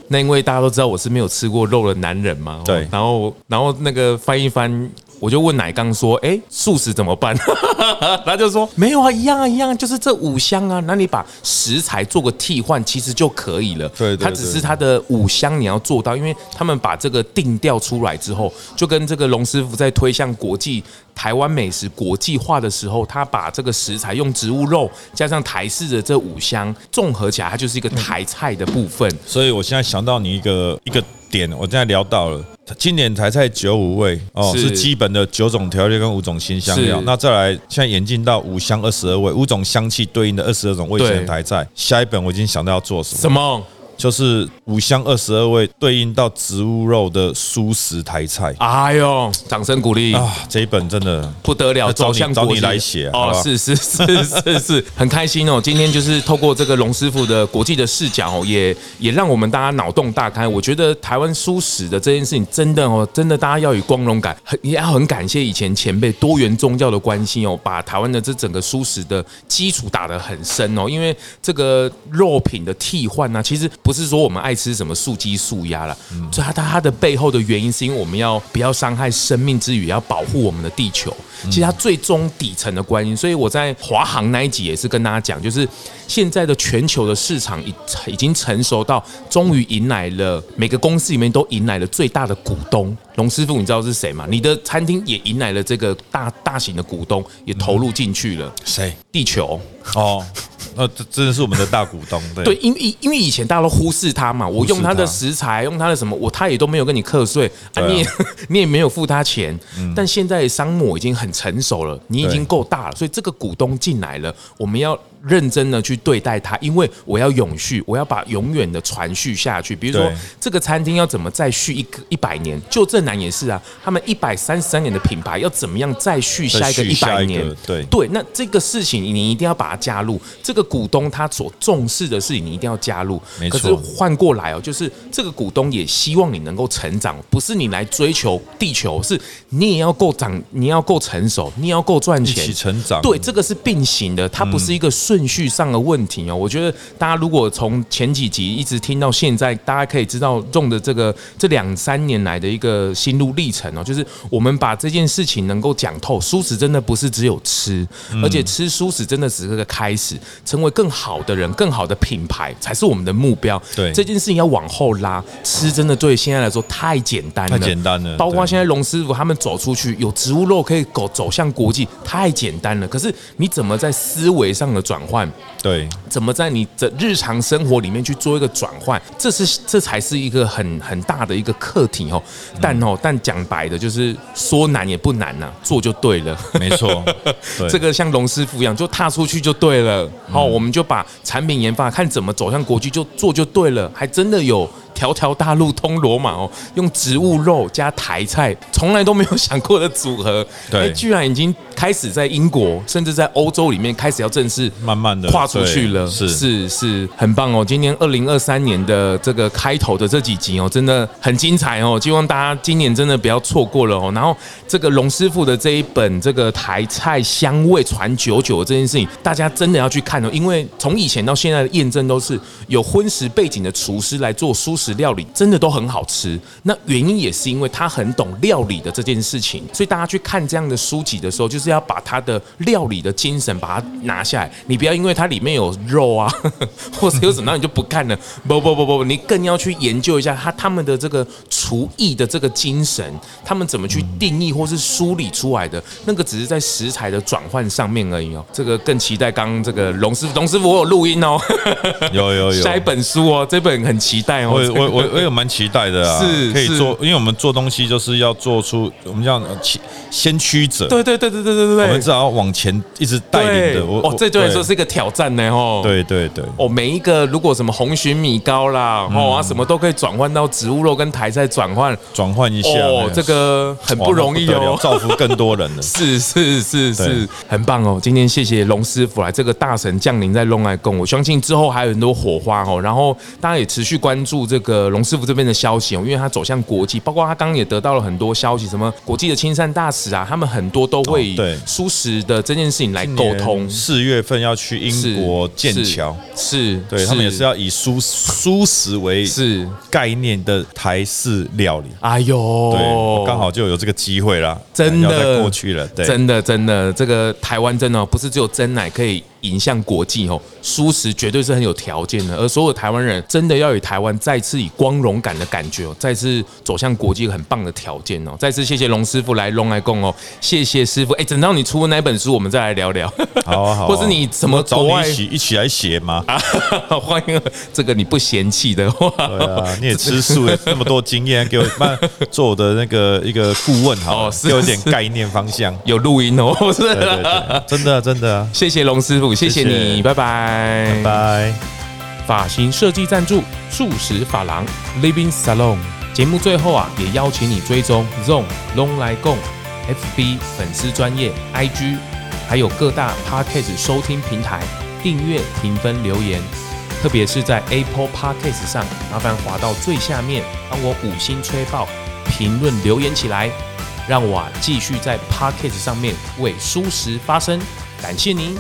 A: 那因为大家都知道我是没有吃过肉的男人嘛，
C: 对
A: 哦然后然后那个翻一翻。我就问奶刚说：“哎、素食怎么办？” 他就说：“没有啊，一样啊，一样啊，就是这五香啊，那你把食材做个替换，其实就可以了。
C: 对对对
A: 它只是它的五香你要做到，因为他们把这个定调出来之后，就跟这个龙师傅在推向国际台湾美食国际化的时候，他把这个食材用植物肉加上台式的这五香综合起来，它就是一个台菜的部分。
C: 所以我现在想到你一个一个点，我现在聊到了经典台菜九五味哦，
A: 是
C: 是基本的九种调料跟五种新香料
A: 是。
C: 那再来，现在演进到五香二十二味，五种香气对应的二十二种味型的台菜。下一本我已经想到要做什么，
A: 什么
C: 就是五香二十二味对应到植物肉的素食台菜
A: 哎呦，掌声鼓励。
C: 啊！这一本真的
A: 不得了，
C: 那找
A: 走
C: 你
A: 向
C: 找
A: 国
C: 你
A: 际
C: 来写好不
A: 哦，
C: 好
A: 是是是是是， 很开心哦。今天就是透过这个龙师傅的国际的视角哦，也也让我们大家脑洞大开。我觉得台湾书史的这件事情，真的哦，真的大家要有光荣感，很也要很感谢以前前辈多元宗教的关系哦，把台湾的这整个书史的基础打得很深哦。因为这个肉品的替换啊，其实不是说我们爱吃什么素鸡素鸭啦，所以它它的背后的原因是因为我们要不要伤害生命之余，也要保护我们的地球。其实它最终底层的关系，所以我在华航那一集也是跟大家讲，就是现在的全球的市场已已经成熟到，终于迎来了每个公司里面都迎来了最大的股东。龙师傅，你知道是谁吗？你的餐厅也迎来了这个大大型的股东，也投入进去了。
C: 谁
A: 地球
C: 哦？那这真的是我们的大股东，对
A: 对，因因因为以前大家都忽视它嘛，我
C: 视
A: 用它的
C: 它
A: 食材，用它的什么，我他也都没有跟你课税啊，
C: 对啊嗯
A: 你也 你也没有付他钱。但现在商模已经很成熟了，你已经
C: 对
A: 够大了，所以这个股东进来了，我们要认真的去对待它，因为我要永续，我要把永远的传续下去。比如说
C: 对
A: 这个餐厅要怎么再续一个一百年，就正南也是啊，他们一百三十三年的品牌要怎么样再续
C: 再
A: 下一个
C: 续
A: 一
C: 下
A: 百
C: 一
A: 年
C: 个？对
A: 对，那这个事情你一定要把它加入，这个股东他所重视的事情你一定要加入。
C: 没
A: 可
C: 错
A: 是换过来哦，就是这个股东也希望你能够成长，不是你来追求地球，是你也要够长，你要够成熟，你要够赚
C: 一
A: 钱
C: 起。成长，
A: 对，这个是并行的，它不是一个顺序上的问题哦。我觉得大家如果从前几集一直听到现在，大家可以知道用的这个这两三年来的一个心路历程哦，就是我们把这件事情能够讲透，舒适真的不是只有吃，而且吃舒适真的只是个开始，成为更好的人、更好的品牌才是我们的目标。
C: 对
A: 这件事情要往后拉，吃真的对现在来说太简单了，
C: 太简单了
A: 嗯包括
C: 对
A: 现在龙师傅他们走出去，有植物肉可以走走向国际，太简单了。可是你怎么在思维上的转换，
C: 对
A: 怎么在你的日常生活里面去做一个转换，这是这才是一个很很大的一个课题哦。
C: 嗯
A: 但哦，但讲白的，就是说难也不难呐、做就对了。
C: 没错，对 嗯
A: 这个像龙师傅一样，就踏出去就对了。好、我们就把产品研发看怎么走向国际，就做就对了。还真的有条条大路通罗马哦，用植物肉加台菜，从来都没有想过的组合，
C: 对
A: 哎居然已经开始在英国，甚至在欧洲里面开始要正式
C: 慢慢地
A: 跨出去了，
C: 对是
A: 是是，很棒哦！今年二零二三年的这个开头的这几集哦，真的很精彩哦，希望大家今年真的不要错过了哦。然后这个龙师傅的这一本这个台菜香味传久久这件事情，大家真的要去看哦，因为从以前到现在的验证都是有荤食背景的厨师来做素食料理，真的都很好吃。那原因也是因为他很懂料理的这件事情，所以大家去看这样的书籍的时候，就是要把他的料理的精神把它拿下来。你不要因为它里面有肉啊， 或者有什么样你就不看了。不不不不，你更要去研究一下他他们的这个厨艺的这个精神，他们怎么去定义或是梳理出来的，那个只是在食材的转换上面而已哦。这个更期待刚刚这个龙师龙师傅我有录音哦，
C: 有有有
A: 下一本书哦，这本很期待哦。
C: 哎 我我我我也蛮期待的啊，
A: 是
C: 可以
A: 是
C: 做，因为我们做东西就是要做出我们叫呃先先驱者，
A: 对对对对对对对对，
C: 我们至少要往前一直带领的。我
A: 哦
C: 我，
A: 这对我来说是一个挑战呢，哦。。
C: 对对对，
A: 哦，每一个如果什么红鲟米糕啦，
C: 嗯
A: 哦啊，什么都可以转换到植物肉跟台菜转换，
C: 转换一下
A: 哦
C: 呢，
A: 这个很
C: 哇
A: 不容易
C: 那得了
A: 哦。
C: 造福更 多人了。
A: 是是是是
C: 对，
A: 很棒哦！今天谢谢龙师傅来，这个大神降临在龙来贡，我相信之后还有很多火花哦。然后大家也持续关注这个龙师傅这边的消息哦，因为他走向国际，包括他刚刚也得到了很多消息，什么国际的亲善大使啊，他们很多都会以
C: 哦对
A: 舒适的这件事情来沟通。
C: 四月份要去英国
A: 是
C: 剑桥，
A: 是，
C: 对他们也是要以舒舒适为
A: 是。
C: 概念的台式料理。
A: 哎呦
C: 对，，刚好就有这个机会啦，哎
A: 真
C: 要再
A: 的
C: 过去了，对，
A: 真的真的，这个台湾真的哦不是只有真奶可以引向国际哦，素食绝对是很有条件的。而所有台湾人真的要以台湾再次以光荣感的感觉哦，再次走向国际很棒的条件哦。再次谢谢龙师傅来龙来共哦，谢谢师傅。哎，等到你出那本书，我们再来聊聊。
C: 好啊好 啊
A: 或是你怎么
C: 找
A: 国外
C: 你一起一起来写嘛？
A: 啊， 欢迎这个你不嫌弃的话，
C: 对啊，你也吃素，那么多经验，给我慢做我的那个一个顾问好
A: 哦
C: 了，
A: 是
C: 给我一点
A: 是
C: 概念方向。
A: 有录音哦，是
C: 对对 对，真的真的啊，
A: 谢谢龙师傅，谢谢
C: 谢谢
A: 你，拜拜，
C: 拜拜。
A: 发型设计赞助素食发廊 Living Salon。节目最后啊，也邀请你追踪 Zone Long 来共 FB 粉丝专业 IG，还有各大 Podcast 收听平台订阅、评分、留言。特别是在 Apple Podcast 上，麻烦滑到最下面，帮我五星吹爆，评论留言起来，让我啊继续在 Podcast 上面为舒适发声。感谢您，